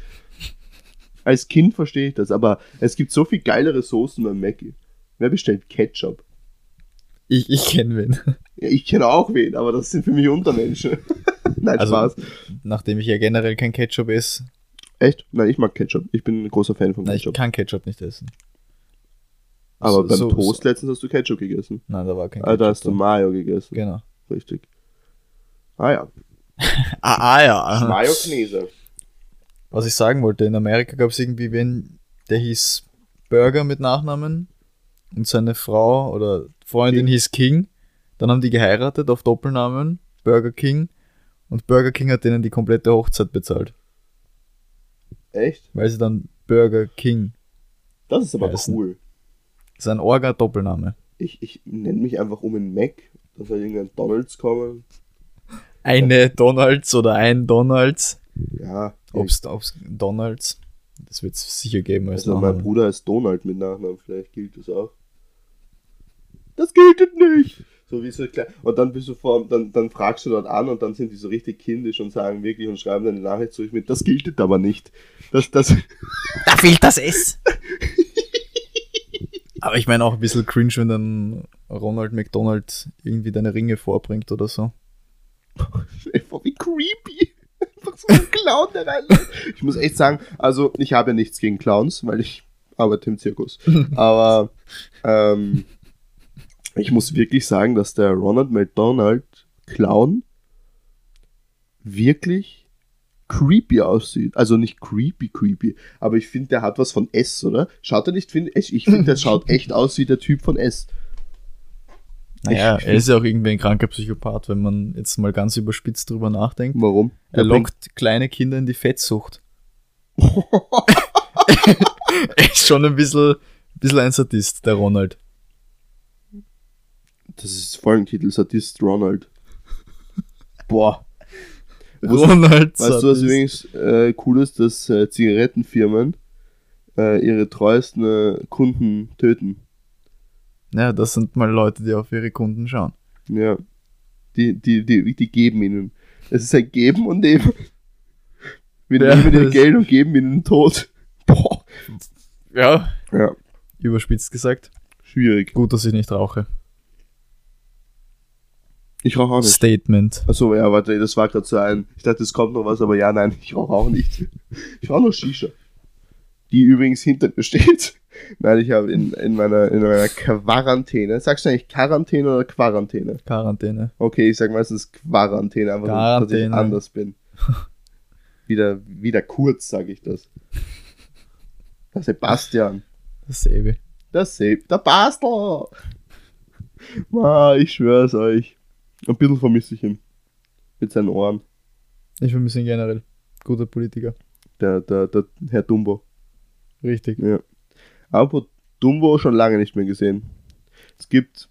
Speaker 1: Als Kind verstehe ich das, aber es gibt so viel geilere Soßen beim Mackie. Wer bestellt Ketchup?
Speaker 2: ich ich kenne wen.
Speaker 1: Ja, ich kenne auch wen, aber das sind für mich Untermenschen. Nein,
Speaker 2: Also-
Speaker 1: Spaß.
Speaker 2: Nachdem ich ja generell kein Ketchup esse.
Speaker 1: Echt? Nein, ich mag Ketchup. Ich bin ein großer Fan von
Speaker 2: Nein, ich
Speaker 1: Ketchup.
Speaker 2: kann Ketchup nicht essen.
Speaker 1: aber
Speaker 2: so-
Speaker 1: beim
Speaker 2: so-
Speaker 1: Toast letztens hast du Ketchup gegessen.
Speaker 2: Nein, da war kein
Speaker 1: Ah, da hast du
Speaker 2: drin.
Speaker 1: Mayo gegessen.
Speaker 2: Genau.
Speaker 1: Richtig. Ah ja.
Speaker 2: Ah, ah ja.
Speaker 1: Mayo-Knese.
Speaker 2: was ich sagen wollte, in Amerika gab es irgendwie wen, der hieß Burger mit Nachnamen und seine Frau oder Freundin
Speaker 1: King.
Speaker 2: hieß King. Dann haben die geheiratet auf Doppelnamen, Burger King. Und Burger King hat denen die komplette Hochzeit bezahlt,
Speaker 1: Echt?
Speaker 2: weil sie dann Burger King.
Speaker 1: Das ist aber
Speaker 2: Essen.
Speaker 1: cool.
Speaker 2: Das ist ein Orga-Doppelname.
Speaker 1: Ich, ich nenne mich einfach um in Mac. Da soll irgendein Donalds kommen.
Speaker 2: Eine Donalds oder ein Donalds.
Speaker 1: Ja.
Speaker 2: Ob's, ob's Donalds. Das wird es sicher geben als
Speaker 1: also mein
Speaker 2: Nachname.
Speaker 1: Bruder heißt Donald mit Nachnamen. Vielleicht gilt das auch. Das gilt nicht! So wie so klar. Und dann bist du vor, dann, dann fragst du dort an und dann sind die so richtig kindisch und sagen wirklich und schreiben dann eine Nachricht zurück mit, das gilt aber nicht. Das, das,
Speaker 2: Da fehlt das S. Aber ich meine auch ein bisschen cringe, wenn dann Ronald McDonald irgendwie deine Ringe vorbringt oder so.
Speaker 1: Einfach wie creepy. Einfach so ein Clown da rein. Ich muss echt sagen, also ich habe ja nichts gegen Clowns, weil ich arbeite im Zirkus. Aber ähm, ich muss wirklich sagen, dass der Ronald McDonald Clown wirklich creepy aussieht. Also nicht creepy, creepy, aber ich finde, der hat was von S, oder? Schaut er nicht, finde ich, ich finde, der schaut echt aus wie der Typ von S.
Speaker 2: Naja,
Speaker 1: Ich-
Speaker 2: er ist ja auch irgendwie ein kranker Psychopath, wenn man jetzt mal ganz überspitzt drüber nachdenkt.
Speaker 1: Warum?
Speaker 2: Er lockt kleine Kinder in die Fettsucht. er ist schon ein bisschen, bisschen ein Sadist, der Ronald.
Speaker 1: Das ist Folgentitel, Sadist Ronald. Boah. Wusstest-
Speaker 2: Ronald
Speaker 1: weißt du, was übrigens äh, cool ist, dass äh, Zigarettenfirmen äh, ihre treuesten äh, Kunden töten.
Speaker 2: Ja, das sind mal Leute, die auf ihre Kunden schauen.
Speaker 1: Ja. Die, die, die, die geben ihnen. Es ist ein Geben und Nehmen. Wir
Speaker 2: Ja,
Speaker 1: nehmen ihr
Speaker 2: das-
Speaker 1: Geld und geben ihnen den Tod. Boah.
Speaker 2: Ja.
Speaker 1: Ja,
Speaker 2: Überspitzt gesagt.
Speaker 1: schwierig.
Speaker 2: Gut, dass ich nicht rauche.
Speaker 1: Ich rauche auch nicht.
Speaker 2: Statement.
Speaker 1: Achso, ja, warte, das war gerade so ein. Ich dachte, es kommt noch was, aber ja, nein, ich rauche auch nicht. Ich rauche nur Shisha. Die übrigens hinter mir steht. Nein, ich habe in, in, meiner, in meiner Quarantäne. Sagst du eigentlich Quarantäne oder Quarantäne?
Speaker 2: Quarantäne.
Speaker 1: Okay, ich sag meistens Quarantäne, einfach nur, dass ich
Speaker 2: Quarantäne.
Speaker 1: anders bin. Wieder, wieder kurz sage ich das. Der Sebastian.
Speaker 2: Das ist ewig.
Speaker 1: Der Seb, der Bastel. Ah, ich schwör's euch. Ein bisschen vermisse ich ihn. Mit seinen Ohren.
Speaker 2: Ich vermisse ihn generell. Guter Politiker.
Speaker 1: Der, der, der Herr Dumbo.
Speaker 2: Richtig.
Speaker 1: Ja. Aber Dumbo schon lange nicht mehr gesehen. Es gibt,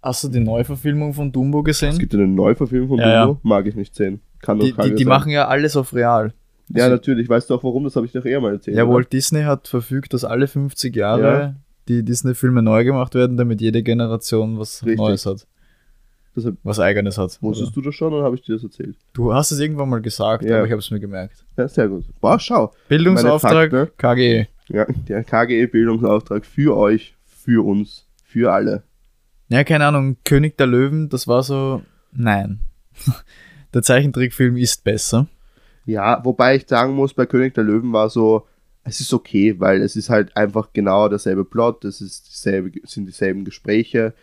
Speaker 2: Hast du die Neuverfilmung von Dumbo
Speaker 1: es
Speaker 2: gesehen?
Speaker 1: gibt eine Neuverfilmung von
Speaker 2: Ja,
Speaker 1: Dumbo, mag ich nicht sehen. Kann doch
Speaker 2: Die,
Speaker 1: keiner
Speaker 2: die, die
Speaker 1: sagen.
Speaker 2: machen ja alles auf real.
Speaker 1: Ja, natürlich. Weißt du auch warum? Das habe ich doch eher mal erzählt.
Speaker 2: Ja,
Speaker 1: oder?
Speaker 2: Walt Disney hat verfügt, dass alle 50 Jahre
Speaker 1: Ja.
Speaker 2: die Disney-Filme neu gemacht werden, damit jede Generation was
Speaker 1: Richtig.
Speaker 2: Neues hat,
Speaker 1: Deshalb
Speaker 2: was Eigenes hat.
Speaker 1: wusstest du das schon oder habe ich dir das erzählt?
Speaker 2: Du hast es irgendwann mal gesagt,
Speaker 1: Ja.
Speaker 2: aber ich habe es mir gemerkt.
Speaker 1: Ja, sehr gut. Boah, schau.
Speaker 2: Bildungsauftrag E.
Speaker 1: Meine
Speaker 2: KGE.
Speaker 1: Ja, der KGE-Bildungsauftrag für euch, für uns, für alle.
Speaker 2: Ja, keine Ahnung, König der Löwen, das war so, nein. der Zeichentrickfilm ist besser.
Speaker 1: Ja, wobei ich sagen muss, bei König der Löwen war so, es ist okay, weil es ist halt einfach genau derselbe Plot, es ist dieselbe, es sind dieselben Gespräche.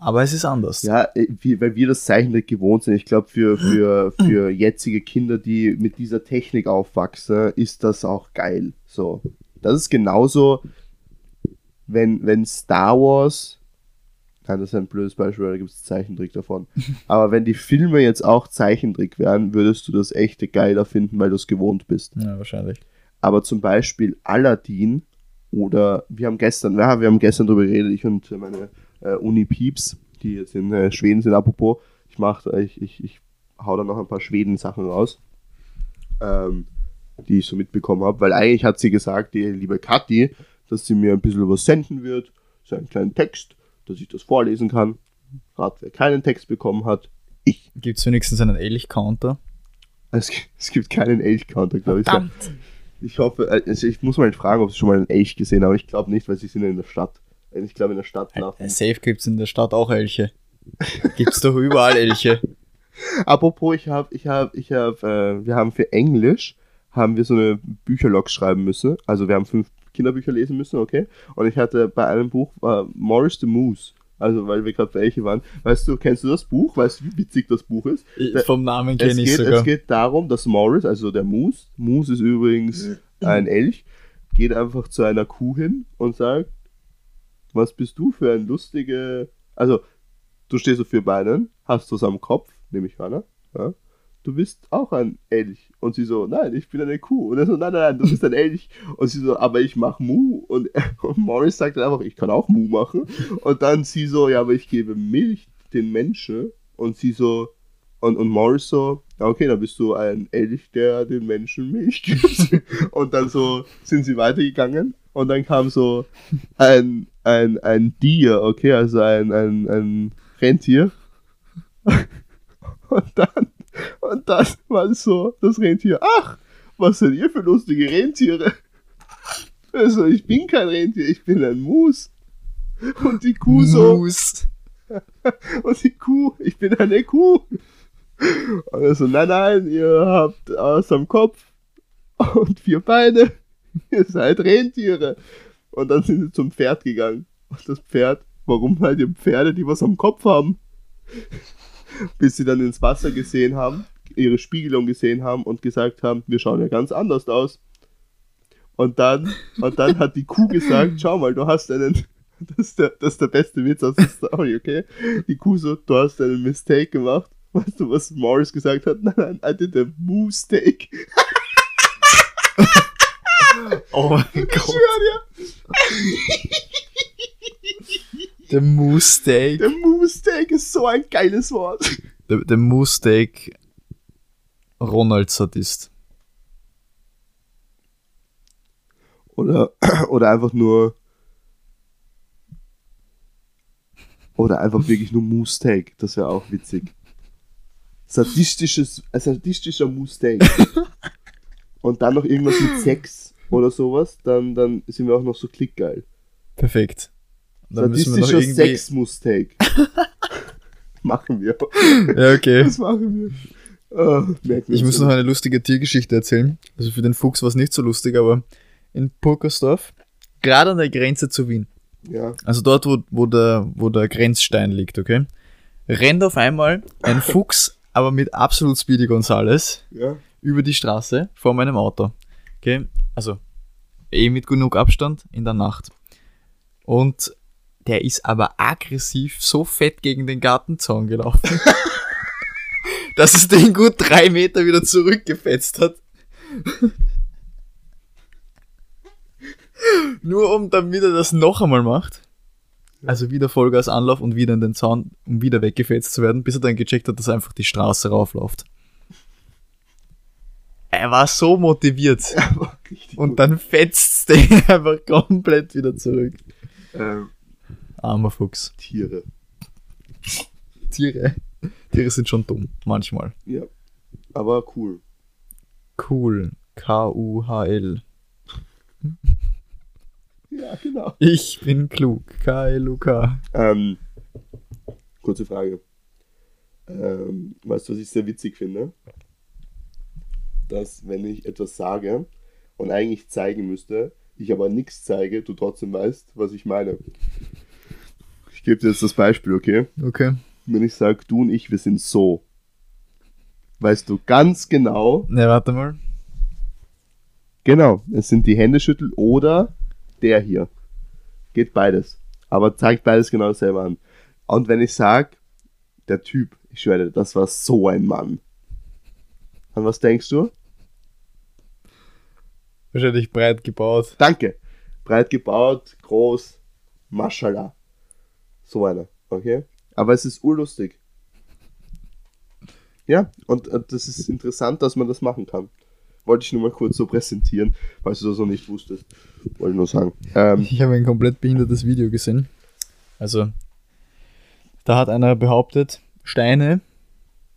Speaker 2: Aber es ist anders.
Speaker 1: Ja, äh, wie, weil wir das Zeichentrick gewohnt sind. Ich glaube, für, für, für jetzige Kinder, die mit dieser Technik aufwachsen, ist das auch geil. So. Das ist genauso, wenn, wenn Star Wars. Nein, das ist ein blödes Beispiel, weil da gibt es Zeichentrick davon. Aber wenn die Filme jetzt auch Zeichentrick wären, würdest du das echte geiler finden, weil du es gewohnt bist.
Speaker 2: Ja, wahrscheinlich.
Speaker 1: Aber zum Beispiel Aladdin oder wir haben gestern, ja, wir haben gestern drüber geredet, ich und meine äh, Uni-Pieps, die jetzt in äh, Schweden sind, apropos, ich mach, äh, ich, ich, ich hau da noch ein paar Schweden-Sachen raus, ähm, die ich so mitbekommen habe, weil eigentlich hat sie gesagt, die liebe Kathi, dass sie mir ein bisschen was senden wird, so einen kleinen Text, dass ich das vorlesen kann. Rat, wer keinen Text bekommen hat, ich.
Speaker 2: Gibt es wenigstens einen Elch-Counter?
Speaker 1: Es, gibt- es gibt keinen Age-Counter, glaube ich. Ich hoffe, äh, also ich muss mal fragen, ob sie schon mal einen Elch gesehen haben. Ich glaube nicht, weil sie sind ja in der Stadt. Also Ich glaube, in der Stadt nach.
Speaker 2: Safe gibt Äh, es in der Stadt auch Elche. Gibt es doch überall Elche.
Speaker 1: Apropos, ich habe, ich habe, ich habe, äh, wir haben für Englisch haben wir so eine Bücherlog schreiben müssen. Also wir haben fünf Kinderbücher lesen müssen, okay? Und ich hatte bei einem Buch äh, Morris the Moose. Also weil wir gerade bei Elche waren. Weißt du, kennst du das Buch? Weißt du, wie witzig das Buch ist?
Speaker 2: Ich-
Speaker 1: Da-
Speaker 2: Vom Namen
Speaker 1: Es
Speaker 2: kenne ich
Speaker 1: geht,
Speaker 2: sogar.
Speaker 1: es geht darum, dass Morris, also der Moose, Moose ist übrigens ein Elch, geht einfach zu einer Kuh hin und sagt, was bist du für ein lustige... Also, du stehst auf vier Beinen, hast was am Kopf, nehme ich an, ne? ja? du bist auch ein Elch. Und sie so, nein, ich bin eine Kuh. Und er so, nein, nein, nein, du bist ein Elch. Und sie so, aber ich mache Mu. Und, und Morris sagt dann einfach, ich kann auch Mu machen. Und dann sie so, ja, aber ich gebe Milch den Menschen. Und sie so, und, und Morris so, ja, okay, dann bist du ein Elch, der den Menschen Milch gibt. und dann so sind sie weitergegangen. Und dann kam so ein, ein, ein Deer, okay, also ein, ein, ein Rentier. Und dann, und dann war es so, das Rentier, ach, was seid ihr für lustige Rentiere? Also, ich bin kein Rentier, ich bin ein Mus. Und die Kuh so,
Speaker 2: Moose.
Speaker 1: und die Kuh, ich bin eine Kuh. Und er so, nein, nein, ihr habt aus am Kopf und vier Beine. Ihr seid Rentiere. Und dann sind sie zum Pferd gegangen. Und das Pferd, warum halt die Pferde, die was am Kopf haben? Bis sie dann ins Wasser gesehen haben, ihre Spiegelung gesehen haben und gesagt haben, wir schauen ja ganz anders aus. Und dann, und dann hat die Kuh gesagt, schau mal, du hast einen, das ist der, das ist der beste Witz aus der Story, okay? Die Kuh so, du hast einen Mistake gemacht. Weißt du, was Morris gesagt hat? Nein, nein, I did a Moose-Take.
Speaker 2: Oh mein
Speaker 1: Ich
Speaker 2: Gott.
Speaker 1: schwör dir,
Speaker 2: Der Moose-Steak.
Speaker 1: Der Moose-Steak ist so ein geiles Wort.
Speaker 2: Der, der Moose-Steak Ronald-Sadist.
Speaker 1: Oder, oder einfach nur. Oder einfach wirklich nur Moose-Steak. Das wäre auch witzig. Sadistisches, ein sadistischer Moose-Steak. Und dann noch irgendwas mit Sex oder sowas, dann, dann sind wir auch noch so klickgeil.
Speaker 2: Perfekt. Dann müssen wir noch
Speaker 1: Sadistischer
Speaker 2: irgendwie...
Speaker 1: Sex-Moose-Steak. machen wir.
Speaker 2: Ja, okay.
Speaker 1: Das machen wir. Ah, merken wir uns
Speaker 2: Ich muss
Speaker 1: immer.
Speaker 2: noch eine lustige Tiergeschichte erzählen. Also für den Fuchs war es nicht so lustig, aber in Purkersdorf, gerade an der Grenze zu Wien,
Speaker 1: Ja.
Speaker 2: also dort, wo, wo, der, wo der Grenzstein liegt, okay, rennt auf einmal ein Fuchs, aber mit absolut Speedy Gonzales
Speaker 1: Ja.
Speaker 2: über die Straße vor meinem Auto. Okay, also eh mit genug Abstand in der Nacht. Und der ist aber aggressiv so fett gegen den Gartenzaun gelaufen, dass es den gut drei Meter wieder zurückgefetzt hat. Nur um, damit er das noch einmal macht. Also wieder Vollgas Anlauf und wieder in den Zaun, um wieder weggefetzt zu werden, bis er dann gecheckt hat, dass einfach die Straße raufläuft. er war so motiviert.
Speaker 1: Er war richtig
Speaker 2: Und
Speaker 1: gut.
Speaker 2: dann fetzt's den einfach komplett wieder zurück.
Speaker 1: Ähm,
Speaker 2: Armer Fuchs.
Speaker 1: Tiere.
Speaker 2: Tiere. Tiere sind schon dumm, manchmal.
Speaker 1: Ja. Aber cool.
Speaker 2: Cool. K-U-H-L.
Speaker 1: Ja, genau.
Speaker 2: Ich bin klug. K-L-U-K.
Speaker 1: Ähm, kurze Frage. Ähm, weißt du, was ich sehr witzig finde? Dass, wenn ich etwas sage und eigentlich zeigen müsste, ich aber nichts zeige, du trotzdem weißt, was ich meine. Ich gebe dir jetzt das Beispiel, okay?
Speaker 2: Okay.
Speaker 1: Wenn ich sage, du und ich, wir sind so, weißt du ganz genau,
Speaker 2: Ne, warte mal.
Speaker 1: genau, es sind die Hände schütteln oder der hier. Geht beides. Aber zeigt beides genau selber an. Und wenn ich sage, der Typ, ich schwöre, dir, das war so ein Mann. An was denkst du?
Speaker 2: Wahrscheinlich breit gebaut.
Speaker 1: Danke. Breit gebaut, groß, Maschallah. So einer, okay? Aber es ist urlustig. Ja, und äh, das ist interessant, dass man das machen kann. Wollte ich nur mal kurz so präsentieren, falls du das noch nicht wusstest. Wollte nur sagen. Ähm,
Speaker 2: Ich habe ein komplett behindertes Video gesehen. Also, da hat einer behauptet, Steine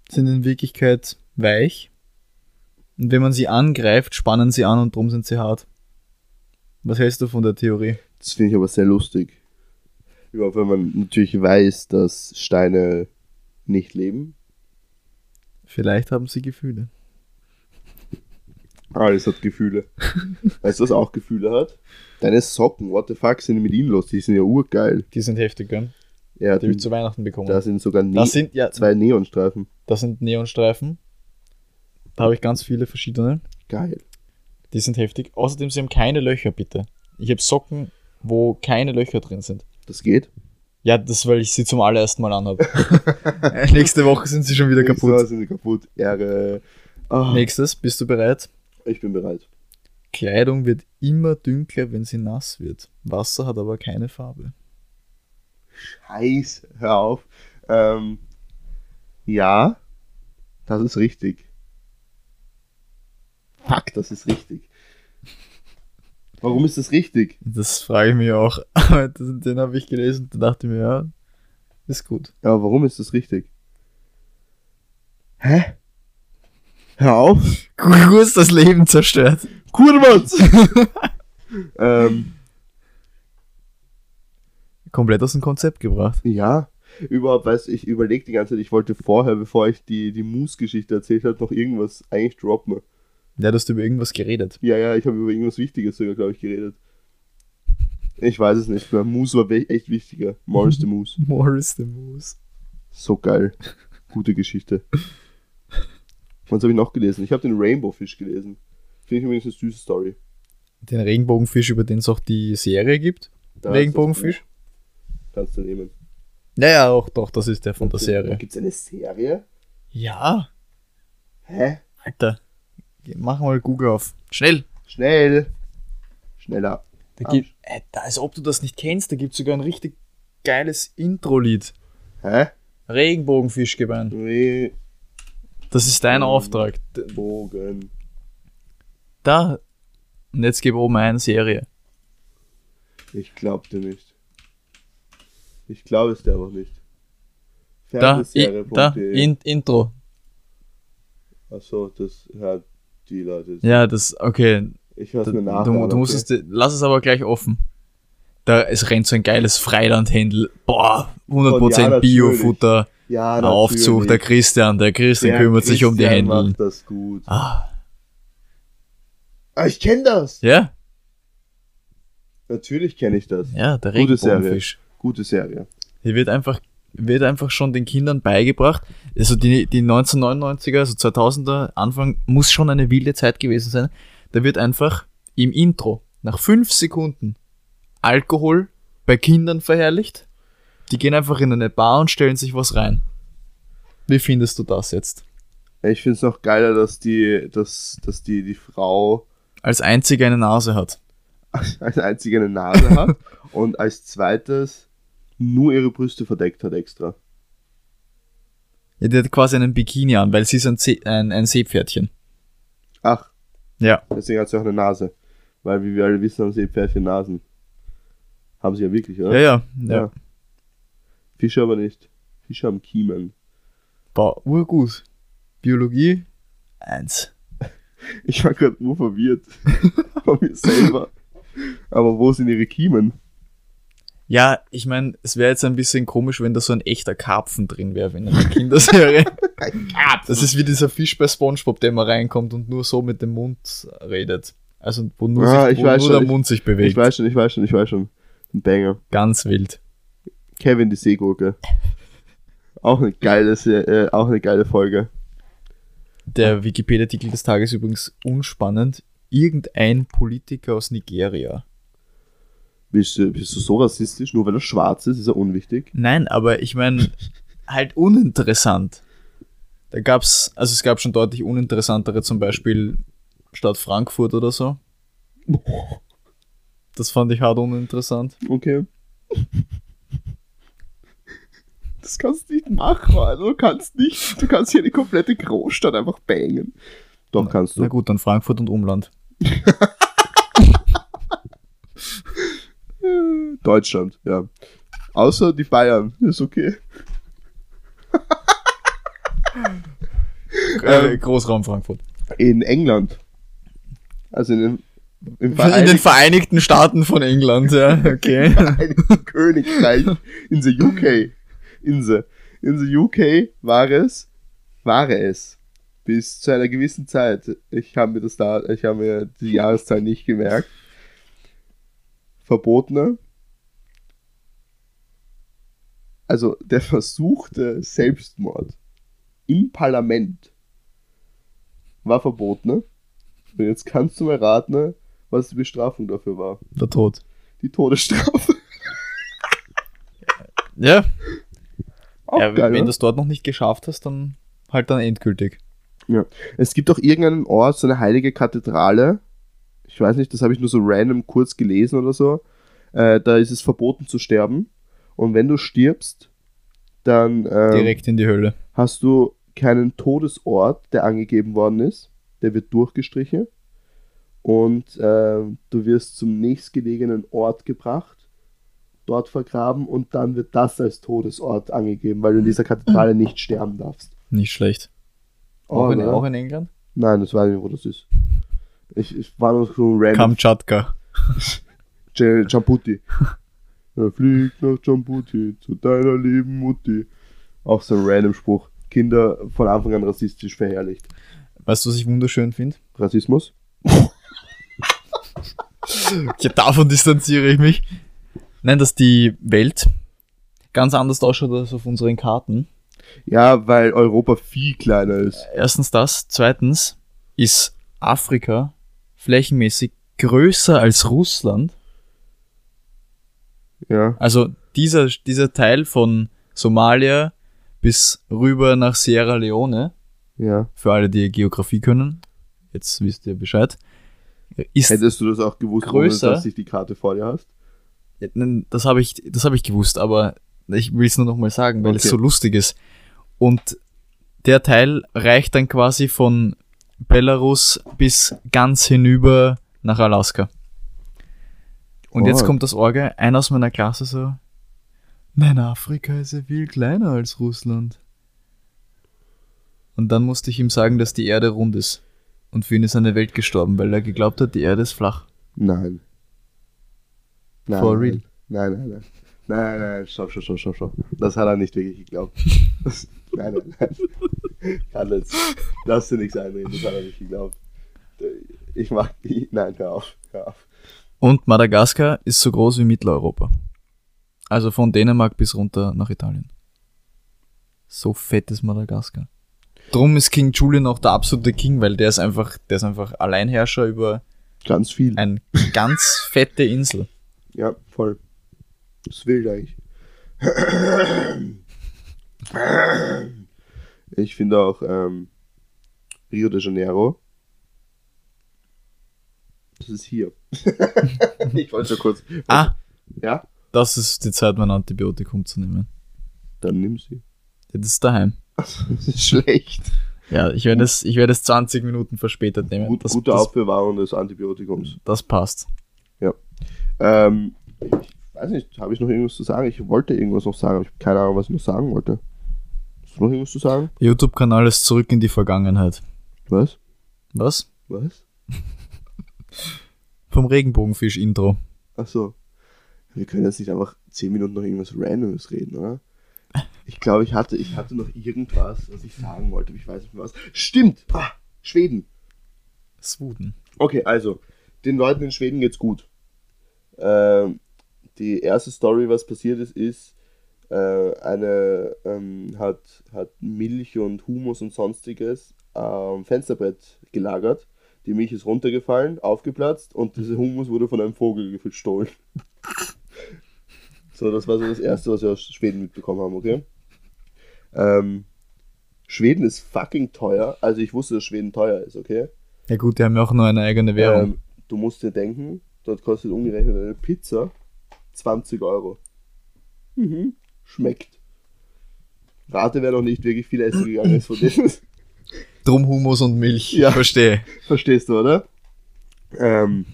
Speaker 2: sind in Wirklichkeit weich. Und wenn man sie angreift, spannen sie an und drum sind sie hart. Was hältst du von der Theorie?
Speaker 1: das finde ich aber sehr lustig. Überhaupt, wenn man natürlich weiß, dass Steine nicht leben.
Speaker 2: Vielleicht haben sie Gefühle.
Speaker 1: Alles Ah, hat Gefühle. weißt du, was auch Gefühle hat? Deine Socken, what the fuck, sind mit ihnen los? Die sind ja urgeil.
Speaker 2: Die sind heftig, gell?
Speaker 1: Ja,
Speaker 2: Die habe ich zu Weihnachten bekommen.
Speaker 1: Da sind sogar ne
Speaker 2: Hm. das sind ja
Speaker 1: zwei Neonstreifen.
Speaker 2: das sind Neonstreifen. Da habe ich ganz viele verschiedene.
Speaker 1: Geil.
Speaker 2: Die sind heftig. Außerdem, sie haben keine Löcher, bitte. Ich habe Socken, wo keine Löcher drin sind.
Speaker 1: Das geht.
Speaker 2: Ja, das, weil ich sie zum allerersten Mal anhabe. Nächste Woche sind sie schon wieder
Speaker 1: So
Speaker 2: kaputt.
Speaker 1: sind die kaputt. Ehre. Ah,
Speaker 2: Nächstes, bist du bereit?
Speaker 1: Ich bin bereit.
Speaker 2: Kleidung wird immer dünkler, wenn sie nass wird. Wasser hat aber keine Farbe.
Speaker 1: Scheiß, hör auf. Ähm, ja, das ist richtig. Fuck, das ist richtig. Warum ist das richtig?
Speaker 2: Das frage ich mich auch. Aber das- Den habe ich gelesen und dachte mir, ja, ist gut.
Speaker 1: Ja, aber warum ist das richtig? Hä? Hör auf.
Speaker 2: Kurz das Leben zerstört.
Speaker 1: Kurmatz! ähm,
Speaker 2: Komplett aus dem Konzept gebracht.
Speaker 1: Ja, überhaupt, weißt du, ich überlege die ganze Zeit, ich wollte vorher, bevor ich die, die Moose-Geschichte erzählt habe, noch irgendwas eigentlich droppen.
Speaker 2: Ja, du hast über irgendwas geredet.
Speaker 1: Ja, ja, ich habe über irgendwas Wichtiges sogar, glaube ich, geredet. Ich weiß es nicht, weil Moose war we- echt wichtiger. Morris the Moose.
Speaker 2: Morris the Moose.
Speaker 1: So geil. Gute Geschichte. Was habe ich noch gelesen? Ich habe den Rainbow Fish gelesen. Finde ich übrigens eine süße Story.
Speaker 2: Den Regenbogenfisch, über den es auch die Serie
Speaker 1: Da
Speaker 2: gibt.
Speaker 1: ist das
Speaker 2: Regenbogenfisch.
Speaker 1: Buch. Kannst du nehmen.
Speaker 2: Naja, auch doch, das ist der von der Serie.
Speaker 1: Gibt es eine Serie?
Speaker 2: Ja,
Speaker 1: Hä?
Speaker 2: Alter. Geh- Mach mal Google auf. Schnell!
Speaker 1: Schnell. Schneller.
Speaker 2: Da
Speaker 1: Ah.
Speaker 2: gibt, äh, da- als ob du das nicht kennst, da gibt es sogar ein richtig geiles Intro-Lied.
Speaker 1: Hä?
Speaker 2: Regenbogenfischgebein.
Speaker 1: Nee.
Speaker 2: Das ist
Speaker 1: Hm.
Speaker 2: dein Auftrag. D-
Speaker 1: Bogen.
Speaker 2: Da. Und jetzt gib oben ein Serie.
Speaker 1: Ich glaub dir nicht. Ich glaube es dir aber nicht.
Speaker 2: Da, i, da
Speaker 1: Fernsehserie.de.
Speaker 2: in, Intro.
Speaker 1: Achso, das hört die Leute. jetzt.
Speaker 2: Ja, das, okay.
Speaker 1: Ich hör's
Speaker 2: Du,
Speaker 1: mir nach.
Speaker 2: du, du musst es, dir- lass es aber gleich offen. Da, es rennt so ein geiles Freilandhändel. Boah, 100%
Speaker 1: natürlich.
Speaker 2: Biofutter.
Speaker 1: ja,
Speaker 2: Ein Aufzug, der
Speaker 1: natürlich.
Speaker 2: Christian. Der Christian
Speaker 1: Der
Speaker 2: kümmert sich um die
Speaker 1: Christian
Speaker 2: Händel.
Speaker 1: macht das gut.
Speaker 2: Ah,
Speaker 1: Ah, ich kenne das.
Speaker 2: ja,
Speaker 1: Natürlich kenne ich das.
Speaker 2: ja, der
Speaker 1: Gute Serie.
Speaker 2: Regenbogenfisch.
Speaker 1: Gute Serie.
Speaker 2: Die wird einfach, wird einfach schon den Kindern beigebracht. Also die, die 1999er, also 2000er Anfang muss schon eine wilde Zeit gewesen sein. Da wird einfach im Intro nach fünf Sekunden Alkohol bei Kindern verherrlicht. Die gehen einfach in eine Bar und stellen sich was rein. Wie findest du das jetzt?
Speaker 1: Ich finde es noch geiler, dass die, dass, dass die, die Frau
Speaker 2: Als einzige eine Nase hat.
Speaker 1: als einzige eine Nase hat und als zweites nur ihre Brüste verdeckt hat extra.
Speaker 2: Ja, die hat quasi einen Bikini an, weil sie ist ein, See, ein, ein Seepferdchen.
Speaker 1: Ach,
Speaker 2: Ja.
Speaker 1: Deswegen hat sie auch eine Nase. Weil, wie wir alle wissen, haben Seepferdchen Nasen. Haben sie ja wirklich,
Speaker 2: Ja,
Speaker 1: oder?
Speaker 2: ja. ja.
Speaker 1: Ja. Fische aber nicht. Fische haben Kiemen.
Speaker 2: War urgut. Biologie eins.
Speaker 1: Ich war gerade nur verwirrt. Von mir selber. Aber wo sind ihre Kiemen?
Speaker 2: Ja, ich meine, es wäre jetzt ein bisschen komisch, wenn da so ein echter Karpfen drin wäre in einer Kinderserie. das ist wie dieser Fisch bei SpongeBob, der immer reinkommt und nur so mit dem Mund redet. Also wo nur,
Speaker 1: Ah,
Speaker 2: sich,
Speaker 1: ich
Speaker 2: wo nur
Speaker 1: weiß schon,
Speaker 2: der
Speaker 1: ich-
Speaker 2: Mund sich bewegt.
Speaker 1: Ich weiß schon, ich weiß schon, ich weiß schon. Ein Banger.
Speaker 2: Ganz wild.
Speaker 1: Kevin die Seegurke. Auch eine geile, Se- äh, auch eine geile Folge.
Speaker 2: Der Wikipedia-Artikel des Tages übrigens unspannend. Irgendein Politiker aus Nigeria.
Speaker 1: Bist du, bist du so rassistisch? Nur weil er schwarz ist, ist er unwichtig.
Speaker 2: Nein, aber ich meine, halt uninteressant. Da gab's, also es gab schon deutlich uninteressantere, zum Beispiel Stadt Frankfurt oder so. Das fand ich hart uninteressant.
Speaker 1: Okay. Das kannst du nicht machen, Alter. Du kannst nicht, du kannst hier eine komplette Großstadt einfach bangen. Doch, kannst
Speaker 2: Na
Speaker 1: du.
Speaker 2: gut, dann Frankfurt und Umland.
Speaker 1: Äh, Deutschland, ja. Außer die Bayern, ist okay.
Speaker 2: Äh, Großraum Frankfurt.
Speaker 1: Ähm. In England. Also in den, im
Speaker 2: In den Vereinigten Staaten von England, ja, okay.
Speaker 1: Vereinigten Königreich in the UK. In the, in the UK war es, war es bis zu einer gewissen Zeit. Ich habe mir das da, ich habe mir die Jahreszahl nicht gemerkt. Verbotene. Also der versuchte Selbstmord im Parlament war verboten. Ne? Und jetzt kannst du mal raten, ne, was die Bestrafung dafür war.
Speaker 2: Der Tod.
Speaker 1: Die Todesstrafe.
Speaker 2: Ja,
Speaker 1: Auch
Speaker 2: ja
Speaker 1: geil,
Speaker 2: wenn
Speaker 1: oder?
Speaker 2: du es dort noch nicht geschafft hast, dann halt dann endgültig.
Speaker 1: es gibt auch irgendeinen Ort, so eine heilige Kathedrale. Ich weiß nicht, das habe ich nur so random kurz gelesen oder so. Äh, da ist es verboten zu sterben. Und wenn du stirbst, dann ähm,
Speaker 2: Direkt in die Hölle.
Speaker 1: hast du keinen Todesort, der angegeben worden ist. Der wird durchgestrichen. Und ähm, du wirst zum nächstgelegenen Ort gebracht, dort vergraben und dann wird das als Todesort angegeben, weil du in dieser Kathedrale nicht sterben darfst.
Speaker 2: Nicht schlecht. Auch, in,
Speaker 1: Oh, Oder?
Speaker 2: auch in England?
Speaker 1: Nein, das weiß ich nicht, wo das ist. Ich, ich war nur so ein random
Speaker 2: Kamtschatka.
Speaker 1: J- Jambuti. Ja, Flieg nach Jambuti zu deiner lieben Mutti. Auch so ein random Spruch. Kinder von Anfang an rassistisch verherrlicht.
Speaker 2: Weißt du, was ich wunderschön finde?
Speaker 1: Rassismus?
Speaker 2: Ja, davon distanziere ich mich. Nein, dass die Welt ganz anders ausschaut als auf unseren Karten.
Speaker 1: Ja, weil Europa viel kleiner ist.
Speaker 2: Erstens das. Zweitens ist Afrika flächenmäßig größer als Russland.
Speaker 1: Ja.
Speaker 2: Also dieser, dieser Teil von Somalia bis rüber nach Sierra Leone,
Speaker 1: Ja.
Speaker 2: für alle, die Geografie können, jetzt wisst ihr Bescheid, ist
Speaker 1: Hättest du das auch gewusst, ohne
Speaker 2: Größer?
Speaker 1: dass ich die Karte vor dir hast?
Speaker 2: Ja, nein, Das habe ich, das habe ich gewusst, aber ich will es nur nochmal sagen, weil es
Speaker 1: Okay.
Speaker 2: so lustig ist. Und der Teil reicht dann quasi von Belarus bis ganz hinüber nach Alaska. Und jetzt
Speaker 1: Oh.
Speaker 2: kommt das Orgel, einer aus meiner Klasse so, nein, Afrika ist ja viel kleiner als Russland. Und dann musste ich ihm sagen, dass die Erde rund ist. Und für ihn ist eine Welt gestorben, weil er geglaubt hat, die Erde ist flach.
Speaker 1: Nein. nein
Speaker 2: For real?
Speaker 1: Nein, nein, nein. Nein, nein, nein, stopp, stopp, stopp, stopp, stopp. Das hat er nicht wirklich geglaubt. Das, nein, nein, nein. Kann jetzt. Lass dir nichts einreden, das hat er nicht geglaubt. Ich mag die. Nein, hör auf, hör auf.
Speaker 2: Und Madagaskar ist so groß wie Mitteleuropa. Also von Dänemark bis runter nach Italien. So fett ist Madagaskar. Drum ist King Julian auch der absolute King, weil der ist einfach, der ist einfach Alleinherrscher über
Speaker 1: Ganz viel.
Speaker 2: eine ganz fette Insel.
Speaker 1: Ja, voll. Das ist wild eigentlich. Ich finde auch ähm, Rio de Janeiro. Das ist hier. ich wollte schon kurz.
Speaker 2: Ah,
Speaker 1: Ja,
Speaker 2: das ist die Zeit, mein Antibiotikum zu nehmen.
Speaker 1: dann nimm sie.
Speaker 2: Das ist daheim.
Speaker 1: Das ist schlecht.
Speaker 2: Ja, ich werde es, ich werde es 20 Minuten verspätet nehmen.
Speaker 1: Gut,
Speaker 2: das,
Speaker 1: gute
Speaker 2: das,
Speaker 1: Aufbewahrung des Antibiotikums.
Speaker 2: das passt.
Speaker 1: Ähm, ich weiß nicht, habe ich noch irgendwas zu sagen? Ich wollte irgendwas noch sagen, aber ich habe keine Ahnung, was ich noch sagen wollte. Hast du noch irgendwas zu sagen?
Speaker 2: YouTube-Kanal ist zurück in die Vergangenheit.
Speaker 1: Was?
Speaker 2: Was?
Speaker 1: Was?
Speaker 2: Vom Regenbogenfisch-Intro.
Speaker 1: Achso. Wir können jetzt nicht einfach 10 Minuten noch irgendwas Randomes reden, oder? Ich glaube, ich hatte, ich hatte noch irgendwas, was ich sagen wollte, aber ich weiß nicht mehr was. Stimmt! Ah, Schweden!
Speaker 2: Sweden.
Speaker 1: Okay, also, den Leuten in Schweden geht's gut. Ähm, die erste Story, was passiert ist, ist, äh, eine ähm, hat, hat Milch und Humus und sonstiges am Fensterbrett gelagert. Die Milch ist runtergefallen, aufgeplatzt und dieser Humus wurde von einem Vogel gestohlen. so, das war so das Erste, was wir aus Schweden mitbekommen haben, okay? Ähm, Schweden ist fucking teuer. Also ich wusste, dass Schweden teuer ist, okay?
Speaker 2: Ja gut, die haben ja auch nur eine eigene Währung.
Speaker 1: Ähm, du musst dir denken, dort kostet umgerechnet eine Pizza 20 Euro. Mhm. Schmeckt. Rate, wer noch nicht wirklich viel essen gegangen ist von denen.
Speaker 2: Drum Humus und Milch.
Speaker 1: Ja.
Speaker 2: Verstehe.
Speaker 1: Verstehst du, oder? Ähm,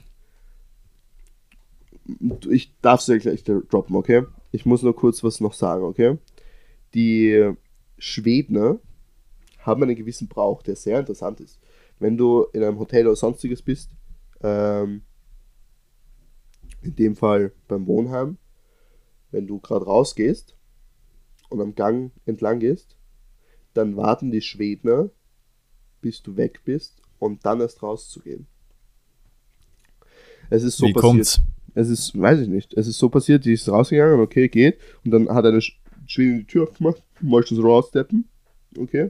Speaker 1: du- ich darf es ja gleich droppen, okay? Ich muss nur kurz was noch sagen, okay? Die Schwedner haben einen gewissen Brauch, der sehr interessant ist. Wenn du in einem Hotel oder sonstiges bist, ähm, in dem Fall beim Wohnheim, wenn du gerade rausgehst und am Gang entlang gehst, dann warten die Schwedner bis du weg bist und dann erst rauszugehen. Es ist so
Speaker 2: Wie
Speaker 1: passiert.
Speaker 2: kommt's?
Speaker 1: Es ist, weiß ich nicht. Es ist so passiert, die ist rausgegangen, okay, geht. Und dann hat eine Sch- Schwedin die Tür aufgemacht, wollte schon so raussteppen, okay.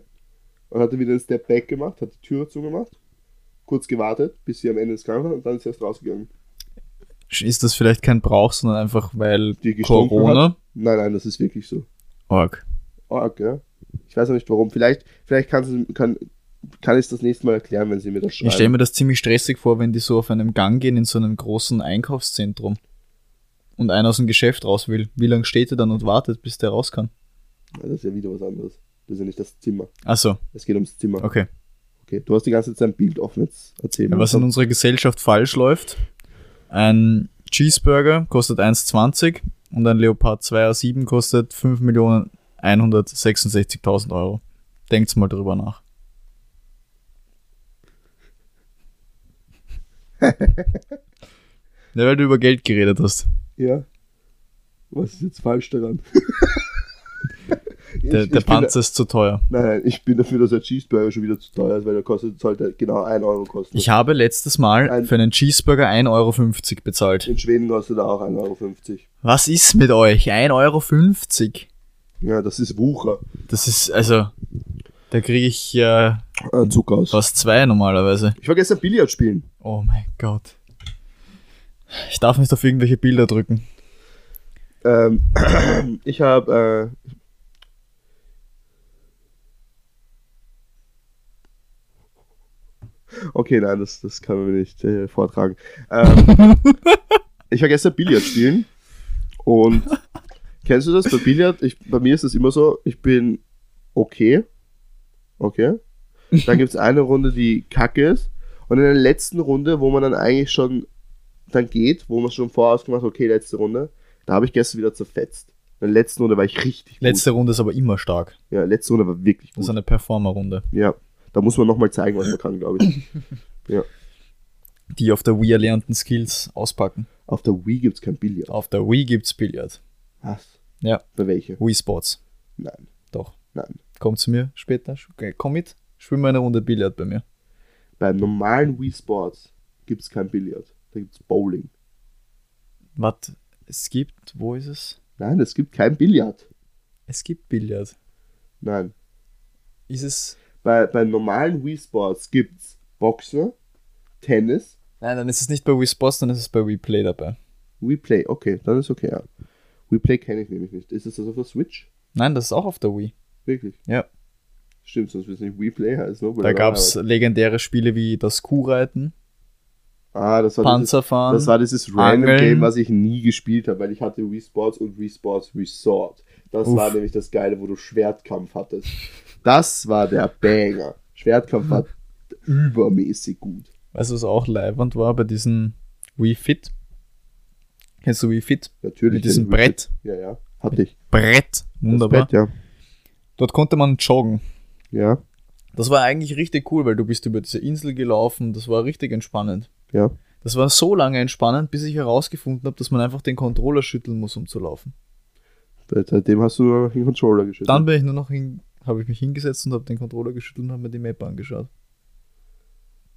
Speaker 1: Und hat dann wieder einen Step Back gemacht, hat die Tür zugemacht, kurz gewartet, bis sie am Ende des Gangs war und dann ist sie erst rausgegangen.
Speaker 2: Ist das vielleicht kein Brauch, sondern einfach weil
Speaker 1: Die gestunken
Speaker 2: Corona?
Speaker 1: Nein, nein, das ist wirklich so.
Speaker 2: Org.
Speaker 1: Oh, gell? Ich weiß auch nicht warum. Vielleicht, vielleicht kannst du, kann, kann ich es das nächste Mal erklären, wenn sie mir das
Speaker 2: Ich stelle
Speaker 1: schreiben.
Speaker 2: mir das ziemlich stressig vor, wenn die so auf einem Gang gehen in so einem großen Einkaufszentrum und einer aus dem Geschäft raus will. Wie lange steht er dann und wartet, bis der raus kann?
Speaker 1: Das ist ja wieder was anderes. Das ist ja nicht das Zimmer.
Speaker 2: Achso,
Speaker 1: Es geht ums Zimmer.
Speaker 2: okay.
Speaker 1: Okay, du hast die ganze Zeit ein Bild offen jetzt. Erzähl
Speaker 2: Ja,
Speaker 1: mir.
Speaker 2: was in unserer Gesellschaft falsch läuft. Ein Cheeseburger kostet 1,20 und ein Leopard 2 A7 kostet 5.166.000 Euro. Denkt's mal drüber nach. ja, weil du über Geld geredet hast.
Speaker 1: ja. Was ist jetzt falsch daran?
Speaker 2: Der,
Speaker 1: ich,
Speaker 2: der
Speaker 1: ich bin,
Speaker 2: Panzer ist zu teuer.
Speaker 1: nein, nein, ich bin dafür, dass der Cheeseburger schon wieder zu teuer ist, weil der kostet, sollte genau 1 Euro kosten.
Speaker 2: Ich habe letztes Mal
Speaker 1: Ein-
Speaker 2: für einen Cheeseburger 1,50 Euro bezahlt.
Speaker 1: In Schweden kostet er auch 1,50 Euro.
Speaker 2: Was ist mit euch? 1,50 Euro?
Speaker 1: Ja, das ist Wucher.
Speaker 2: Das ist, also, da kriege ich ja
Speaker 1: Äh, Zucker aus.
Speaker 2: fast zwei normalerweise.
Speaker 1: Ich war gestern Billard spielen.
Speaker 2: Oh mein Gott. Ich darf nicht auf irgendwelche Bilder drücken.
Speaker 1: Ähm, ich habe. Äh, Okay, nein, das, das kann man mir nicht äh, vortragen. Ähm, ich war gestern Billard spielen und kennst du das bei Billard? Ich, bei mir ist es immer so, ich bin okay. Okay. Dann gibt es eine Runde, die kacke ist. Und in der letzten Runde, wo man dann eigentlich schon dann geht, wo man schon vorausgemacht hat, okay, letzte Runde, da habe ich gestern wieder zerfetzt. In der letzten Runde war ich richtig
Speaker 2: Letzte Runde ist aber immer stark.
Speaker 1: gut. Ja, letzte Runde war wirklich
Speaker 2: Das
Speaker 1: gut.
Speaker 2: ist eine Performer-Runde.
Speaker 1: Ja, da muss man nochmal zeigen, was man kann, glaube ich.
Speaker 2: Die auf der Wii erlernten Skills auspacken.
Speaker 1: Auf der Wii gibt es kein Billard.
Speaker 2: Auf der Wii gibt's Billard.
Speaker 1: Was?
Speaker 2: Ja,
Speaker 1: Bei welche?
Speaker 2: Wii Sports.
Speaker 1: Nein,
Speaker 2: Doch.
Speaker 1: nein.
Speaker 2: Komm zu mir später. Sch- okay, Komm mit. Spiel mal eine Runde Billard bei mir.
Speaker 1: Beim normalen Wii Sports gibt es kein Billard. Da gibt es Bowling.
Speaker 2: Was? Es gibt, wo ist es?
Speaker 1: Nein, es gibt kein Billard.
Speaker 2: Es gibt Billard.
Speaker 1: Nein.
Speaker 2: Ist es.
Speaker 1: Bei, beim normalen Wii Sports gibt es Boxen, Tennis,
Speaker 2: Nein, dann ist es nicht bei Wii Sports, dann ist es bei Wii Play dabei.
Speaker 1: Wii Play. Okay, dann ist okay, ja. Wii Play kenne ich nämlich nicht. Ist es das auf der Switch?
Speaker 2: Nein, das ist auch auf der Wii.
Speaker 1: Wirklich?
Speaker 2: Ja.
Speaker 1: Stimmt, sonst wird es nicht Wii Play heißen. ne?
Speaker 2: Da gab es legendäre Spiele wie das Kuhreiten,
Speaker 1: Ah, das war dieses-
Speaker 2: Panzerfahren.
Speaker 1: Das war dieses random
Speaker 2: Angeln.
Speaker 1: Game, was ich nie gespielt habe, weil ich hatte Wii Sports und Wii Sports Resort. Das
Speaker 2: Uff.
Speaker 1: war nämlich das Geile, wo du Schwertkampf hattest. Das war der Banger. Schwertkampf war übermäßig gut.
Speaker 2: Weißt du, was auch leibend war bei diesem Wii Fit? Kennst du Wii Fit?
Speaker 1: Natürlich.
Speaker 2: Mit diesem
Speaker 1: den Wii
Speaker 2: Brett.
Speaker 1: Fit. Ja, ja. Hatte ich.
Speaker 2: Brett. Wunderbar.
Speaker 1: Das Brett,
Speaker 2: Dort konnte man joggen.
Speaker 1: ja. Ja.
Speaker 2: Das war eigentlich richtig cool, weil du bist über diese Insel gelaufen. Das war richtig entspannend.
Speaker 1: Ja.
Speaker 2: Das war so lange entspannend, bis ich herausgefunden habe, dass man einfach den Controller schütteln muss, um zu laufen.
Speaker 1: Bei- Seitdem hast du aber den Controller geschüttelt.
Speaker 2: Dann bin ich nur noch hin, habe ich mich hingesetzt und habe den Controller geschüttelt und habe mir die Map angeschaut.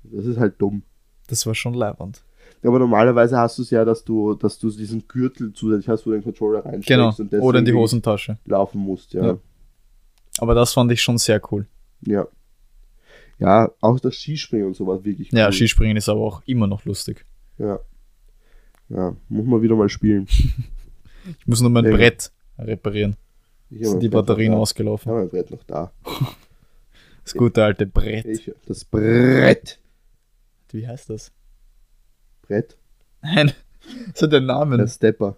Speaker 1: das ist halt dumm.
Speaker 2: Das war schon leibend.
Speaker 1: Aber normalerweise hast du es ja, dass du, dass du diesen Gürtel zusätzlich hast, wo du den Controller reinsteckst
Speaker 2: Genau.
Speaker 1: und
Speaker 2: Oder in die
Speaker 1: deswegen
Speaker 2: Hosentasche.
Speaker 1: laufen musst, ja.
Speaker 2: Ja.
Speaker 1: ja.
Speaker 2: Aber das fand ich schon sehr cool.
Speaker 1: Ja. Ja, auch das Skispringen und sowas wirklich.
Speaker 2: Ja,
Speaker 1: cool.
Speaker 2: Skispringen ist aber auch immer noch lustig.
Speaker 1: Ja. Ja, muss man wieder mal spielen.
Speaker 2: Ich muss nur mein
Speaker 1: Ja.
Speaker 2: Brett reparieren.
Speaker 1: Ich hab
Speaker 2: Sind
Speaker 1: mein
Speaker 2: die
Speaker 1: Brett noch
Speaker 2: Batterien
Speaker 1: da. Ich
Speaker 2: ausgelaufen.
Speaker 1: habe mein Brett noch da.
Speaker 2: Das gute alte Brett.
Speaker 1: Ich, das Brett.
Speaker 2: Wie heißt das?
Speaker 1: Brett.
Speaker 2: Nein, das hat den Namen.
Speaker 1: Der Stepper.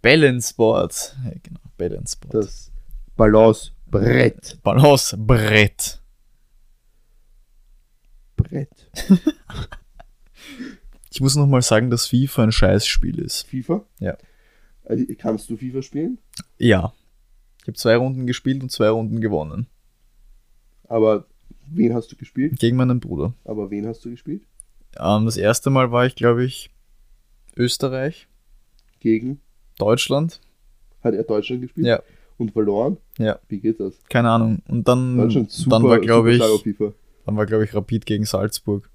Speaker 2: Balance Board. Ja, genau, Balance Board.
Speaker 1: Das Balance-Brett.
Speaker 2: Balance Brett.
Speaker 1: Brett.
Speaker 2: Ich muss nochmal sagen, dass FIFA ein Scheißspiel ist.
Speaker 1: FIFA?
Speaker 2: Ja.
Speaker 1: Also, Kannst du FIFA spielen?
Speaker 2: Ja. Ich habe zwei Runden gespielt und zwei Runden gewonnen.
Speaker 1: Aber wen hast du gespielt?
Speaker 2: Gegen meinen Bruder.
Speaker 1: Aber wen hast du gespielt?
Speaker 2: Ähm, das erste Mal war ich, glaube ich, Österreich,
Speaker 1: Gegen?
Speaker 2: Deutschland.
Speaker 1: Hat er Deutschland gespielt?
Speaker 2: Ja,
Speaker 1: Und verloren?
Speaker 2: Ja.
Speaker 1: Wie geht das?
Speaker 2: keine Ahnung. Und dann,
Speaker 1: Deutschland super,
Speaker 2: dann war,
Speaker 1: super
Speaker 2: glaube ich,
Speaker 1: stark auf FIFA.
Speaker 2: dann war, glaube ich, Rapid gegen Salzburg.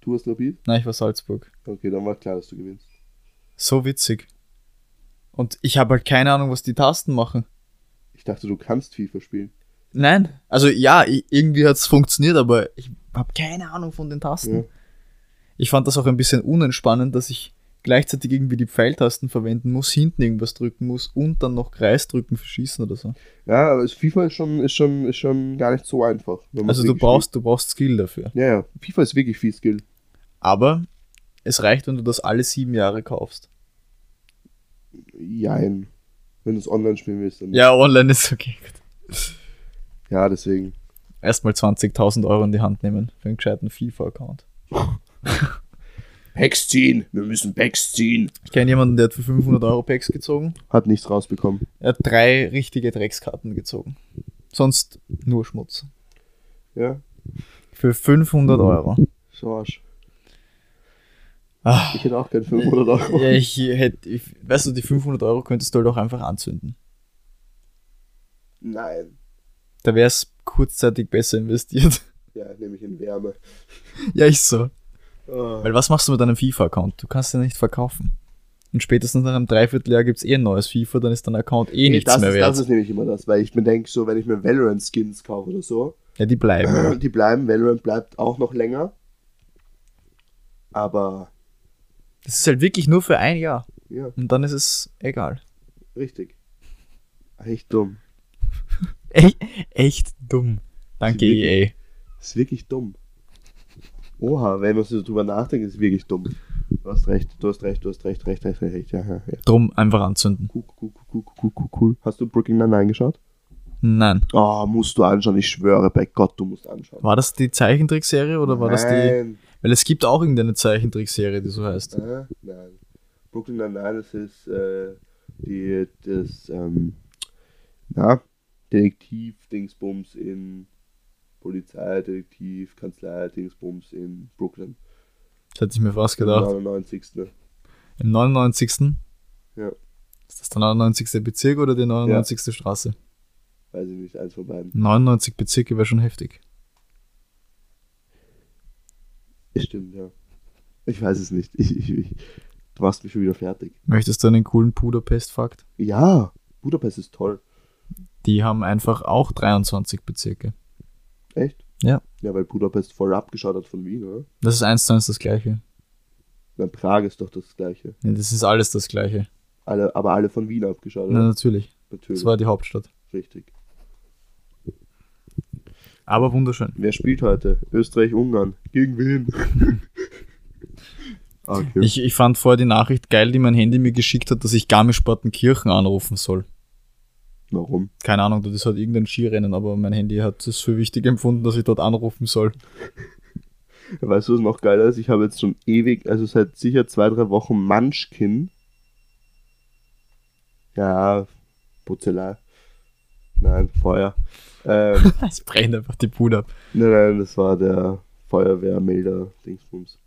Speaker 1: Du hast Rapid?
Speaker 2: Nein, ich war Salzburg.
Speaker 1: Okay, dann war klar, dass du gewinnst.
Speaker 2: So witzig. Und ich habe halt keine Ahnung, was die Tasten machen.
Speaker 1: Ich dachte, du kannst FIFA spielen.
Speaker 2: Nein. Also ja, i- irgendwie hat es funktioniert, aber ich habe keine Ahnung von den Tasten.
Speaker 1: Ja.
Speaker 2: Ich fand das auch ein bisschen unentspannend, dass ich gleichzeitig irgendwie die Pfeiltasten verwenden muss, hinten irgendwas drücken muss und dann noch Kreis drücken für Schießen oder so.
Speaker 1: Ja, aber es- FIFA ist schon, ist schon, ist schon gar nicht so einfach. wenn man's
Speaker 2: Also du
Speaker 1: wirklich
Speaker 2: brauchst, du brauchst Skill dafür.
Speaker 1: spielt. Ja, ja. FIFA ist wirklich viel Skill.
Speaker 2: Aber es reicht, wenn du das alle sieben Jahre kaufst.
Speaker 1: Jein. Wenn du es online spielen willst, dann.
Speaker 2: Ja, online ist okay.
Speaker 1: Ja, deswegen.
Speaker 2: Erstmal 20.000 Euro in die Hand nehmen für einen gescheiten FIFA-Account.
Speaker 1: Packs ziehen! Wir müssen Packs ziehen!
Speaker 2: Ich kenne jemanden, der hat für 500 Euro Packs gezogen.
Speaker 1: Hat nichts rausbekommen.
Speaker 2: Er hat drei richtige Dreckskarten gezogen. Sonst nur Schmutz.
Speaker 1: Ja?
Speaker 2: Für 500 Euro.
Speaker 1: So Arsch.
Speaker 2: Ah.
Speaker 1: Ich hätte auch gern 500 Euro.
Speaker 2: Ja, ich hätte, ich, weißt du, die 500 Euro könntest du halt auch einfach anzünden.
Speaker 1: Nein.
Speaker 2: Da wäre es kurzzeitig besser investiert.
Speaker 1: Ja, nämlich in Wärme.
Speaker 2: ja, ich so.
Speaker 1: Ah.
Speaker 2: Weil was machst du mit deinem FIFA-Account? Du kannst den nicht verkaufen. Und spätestens nach einem Dreivierteljahr gibt es eh ein neues FIFA, dann ist dein Account eh
Speaker 1: Nee,
Speaker 2: nichts
Speaker 1: das
Speaker 2: mehr
Speaker 1: ist,
Speaker 2: wert.
Speaker 1: Das ist nämlich immer das, weil ich mir denke, so, wenn ich mir Valorant-Skins kaufe oder so,
Speaker 2: ja, die bleiben.
Speaker 1: die bleiben, Valorant bleibt auch noch länger. Aber,
Speaker 2: Das ist halt wirklich nur für ein Jahr.
Speaker 1: ja,
Speaker 2: Und dann ist es egal.
Speaker 1: richtig. Echt dumm.
Speaker 2: Echt, echt dumm. Danke, E
Speaker 1: Sie wirklich-
Speaker 2: EA.
Speaker 1: Ist wirklich dumm. Oha, wenn man so drüber nachdenkt, ist wirklich dumm. Du hast recht, du hast recht, du hast recht, recht, recht, recht, recht. Ja, ja, ja.
Speaker 2: Drum einfach anzünden.
Speaker 1: Cool, cool, cool, cool, cool, cool. Hast du Brooklyn Nine-Nine geschaut?
Speaker 2: Nein.
Speaker 1: Ah, musst du anschauen, ich schwöre bei Gott, du musst anschauen.
Speaker 2: War das die Zeichentrickserie oder war das die.
Speaker 1: Nein.
Speaker 2: Weil es gibt auch irgendeine Zeichentrickserie, die so heißt.
Speaker 1: Äh, nein. Brooklyn Nine-Nine, das ist äh, die, das, ähm, na, Detektiv-Dingsbums in Polizei, Detektiv, Kanzlei, Dingsbums in Brooklyn.
Speaker 2: Das hätte ich mir fast
Speaker 1: Im
Speaker 2: gedacht.
Speaker 1: 99.
Speaker 2: Im 99.
Speaker 1: Genau. Ja.
Speaker 2: Ist das der 99. Bezirk oder die 99. Straße?
Speaker 1: Weiß ich nicht, eins von beiden.
Speaker 2: 99 Bezirke wäre schon heftig.
Speaker 1: Stimmt, ja. Ich weiß es nicht. Ich, ich, ich, du machst mich schon wieder fertig.
Speaker 2: Möchtest du einen coolen Budapest-Fakt?
Speaker 1: Ja, Budapest ist toll.
Speaker 2: Die haben einfach auch 23 Bezirke.
Speaker 1: Echt?
Speaker 2: Ja.
Speaker 1: Ja, weil Budapest voll abgeschaut hat von Wien, oder?
Speaker 2: Das ist eins zu eins das Gleiche.
Speaker 1: Na, Prag ist doch das Gleiche.
Speaker 2: Ja, das ist alles das Gleiche.
Speaker 1: Alle, aber alle von Wien abgeschaut,
Speaker 2: Na,
Speaker 1: oder?
Speaker 2: natürlich.
Speaker 1: Natürlich.
Speaker 2: Das war die Hauptstadt.
Speaker 1: Richtig.
Speaker 2: Aber wunderschön.
Speaker 1: Wer spielt heute? Österreich-Ungarn. Gegen wen? okay.
Speaker 2: Ich, ich fand vorher die Nachricht geil, die mein Handy mir geschickt hat, dass ich Garmisch-Partenkirchen anrufen soll.
Speaker 1: Warum?
Speaker 2: Keine Ahnung, das ist halt irgendein Skirennen, aber mein Handy hat es für wichtig empfunden, dass ich dort anrufen soll.
Speaker 1: Weißt du, was noch geiler ist? Ich habe jetzt schon ewig, also seit sicher zwei, drei Wochen Munchkin. Ja, Putzelei. Nein, Feuer. Ähm,
Speaker 2: Es brennt einfach die Bude ab.
Speaker 1: nein, nein, das war der Feuerwehrmelder Dingsbums.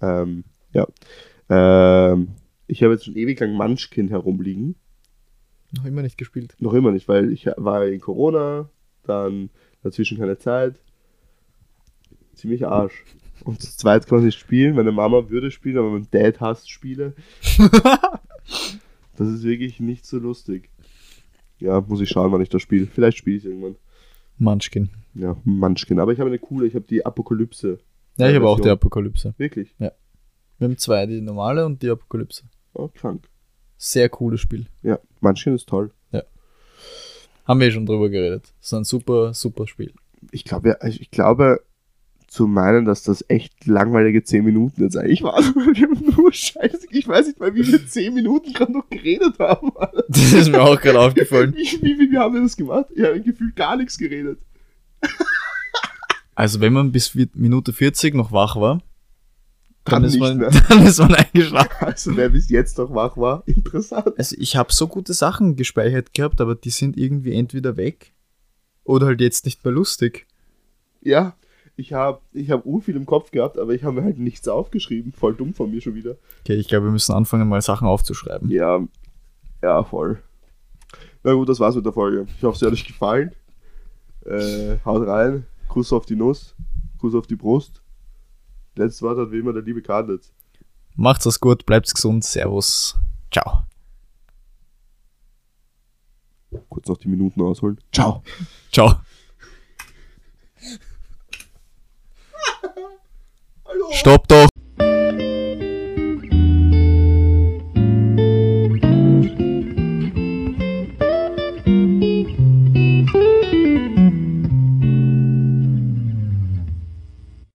Speaker 1: Ähm, ja. Ähm, ich habe jetzt schon ewig lang Munchkin herumliegen.
Speaker 2: Noch immer nicht gespielt.
Speaker 1: Noch immer nicht, weil ich war in Corona, dann dazwischen keine Zeit. Ziemlich Arsch. Und zu zweit kann man nicht spielen. Meine Mama würde spielen, aber mein Dad hasst Spiele. das ist wirklich nicht so lustig. Ja, muss ich schauen, wann ich das spiele. Vielleicht spiele ich irgendwann.
Speaker 2: Munchkin.
Speaker 1: Ja, Munchkin. Aber ich habe eine coole, ich habe die Apokalypse.
Speaker 2: Ja, ich habe auch
Speaker 1: Version.
Speaker 2: die Apokalypse.
Speaker 1: Wirklich?
Speaker 2: Wir haben zwei, die normale und die Apokalypse.
Speaker 1: Oh, krank.
Speaker 2: Sehr cooles Spiel.
Speaker 1: Ja, Munchkin ist toll.
Speaker 2: Haben wir eh schon drüber geredet. Ist ein super, super Spiel.
Speaker 1: Ich glaube, ja- ich glaube zu meinen, dass das echt langweilige 10 Minuten jetzt eigentlich waren. Wir haben nur Scheiße. Ich weiß nicht mal, wie wir 10 Minuten gerade noch geredet haben. Alter.
Speaker 2: Das ist mir auch gerade
Speaker 1: Wie,
Speaker 2: aufgefallen.
Speaker 1: wie, wie, wie haben wir das gemacht? Ich habe gefühlt gar nichts geredet.
Speaker 2: Also wenn man bis vi- Minute 40 noch wach war,
Speaker 1: Dann
Speaker 2: dann, ist
Speaker 1: nicht
Speaker 2: man,
Speaker 1: mehr.
Speaker 2: dann ist man eingeschlafen.
Speaker 1: Also wer bis jetzt noch wach war, interessant.
Speaker 2: Also ich habe so gute Sachen gespeichert gehabt, aber die sind irgendwie entweder weg oder halt jetzt nicht mehr lustig.
Speaker 1: Ja, ich habe ich hab urviel im Kopf gehabt, aber ich habe mir halt nichts aufgeschrieben. Voll dumm von mir schon wieder.
Speaker 2: Okay, ich glaube, wir müssen anfangen, mal Sachen aufzuschreiben.
Speaker 1: Ja, ja, voll. Na gut, das war's mit der Folge. Ich hoffe, sie hat euch gefallen. Äh, haut rein. Kuss auf die Nuss. Kuss auf die Brust. Letztes Wort hat wie immer der liebe Kadlitz.
Speaker 2: Macht's was gut, bleibt's gesund, Servus, ciao.
Speaker 1: Kurz noch die Minuten ausholen. Ciao.
Speaker 2: Ciao.
Speaker 1: Hallo.
Speaker 2: Stopp doch.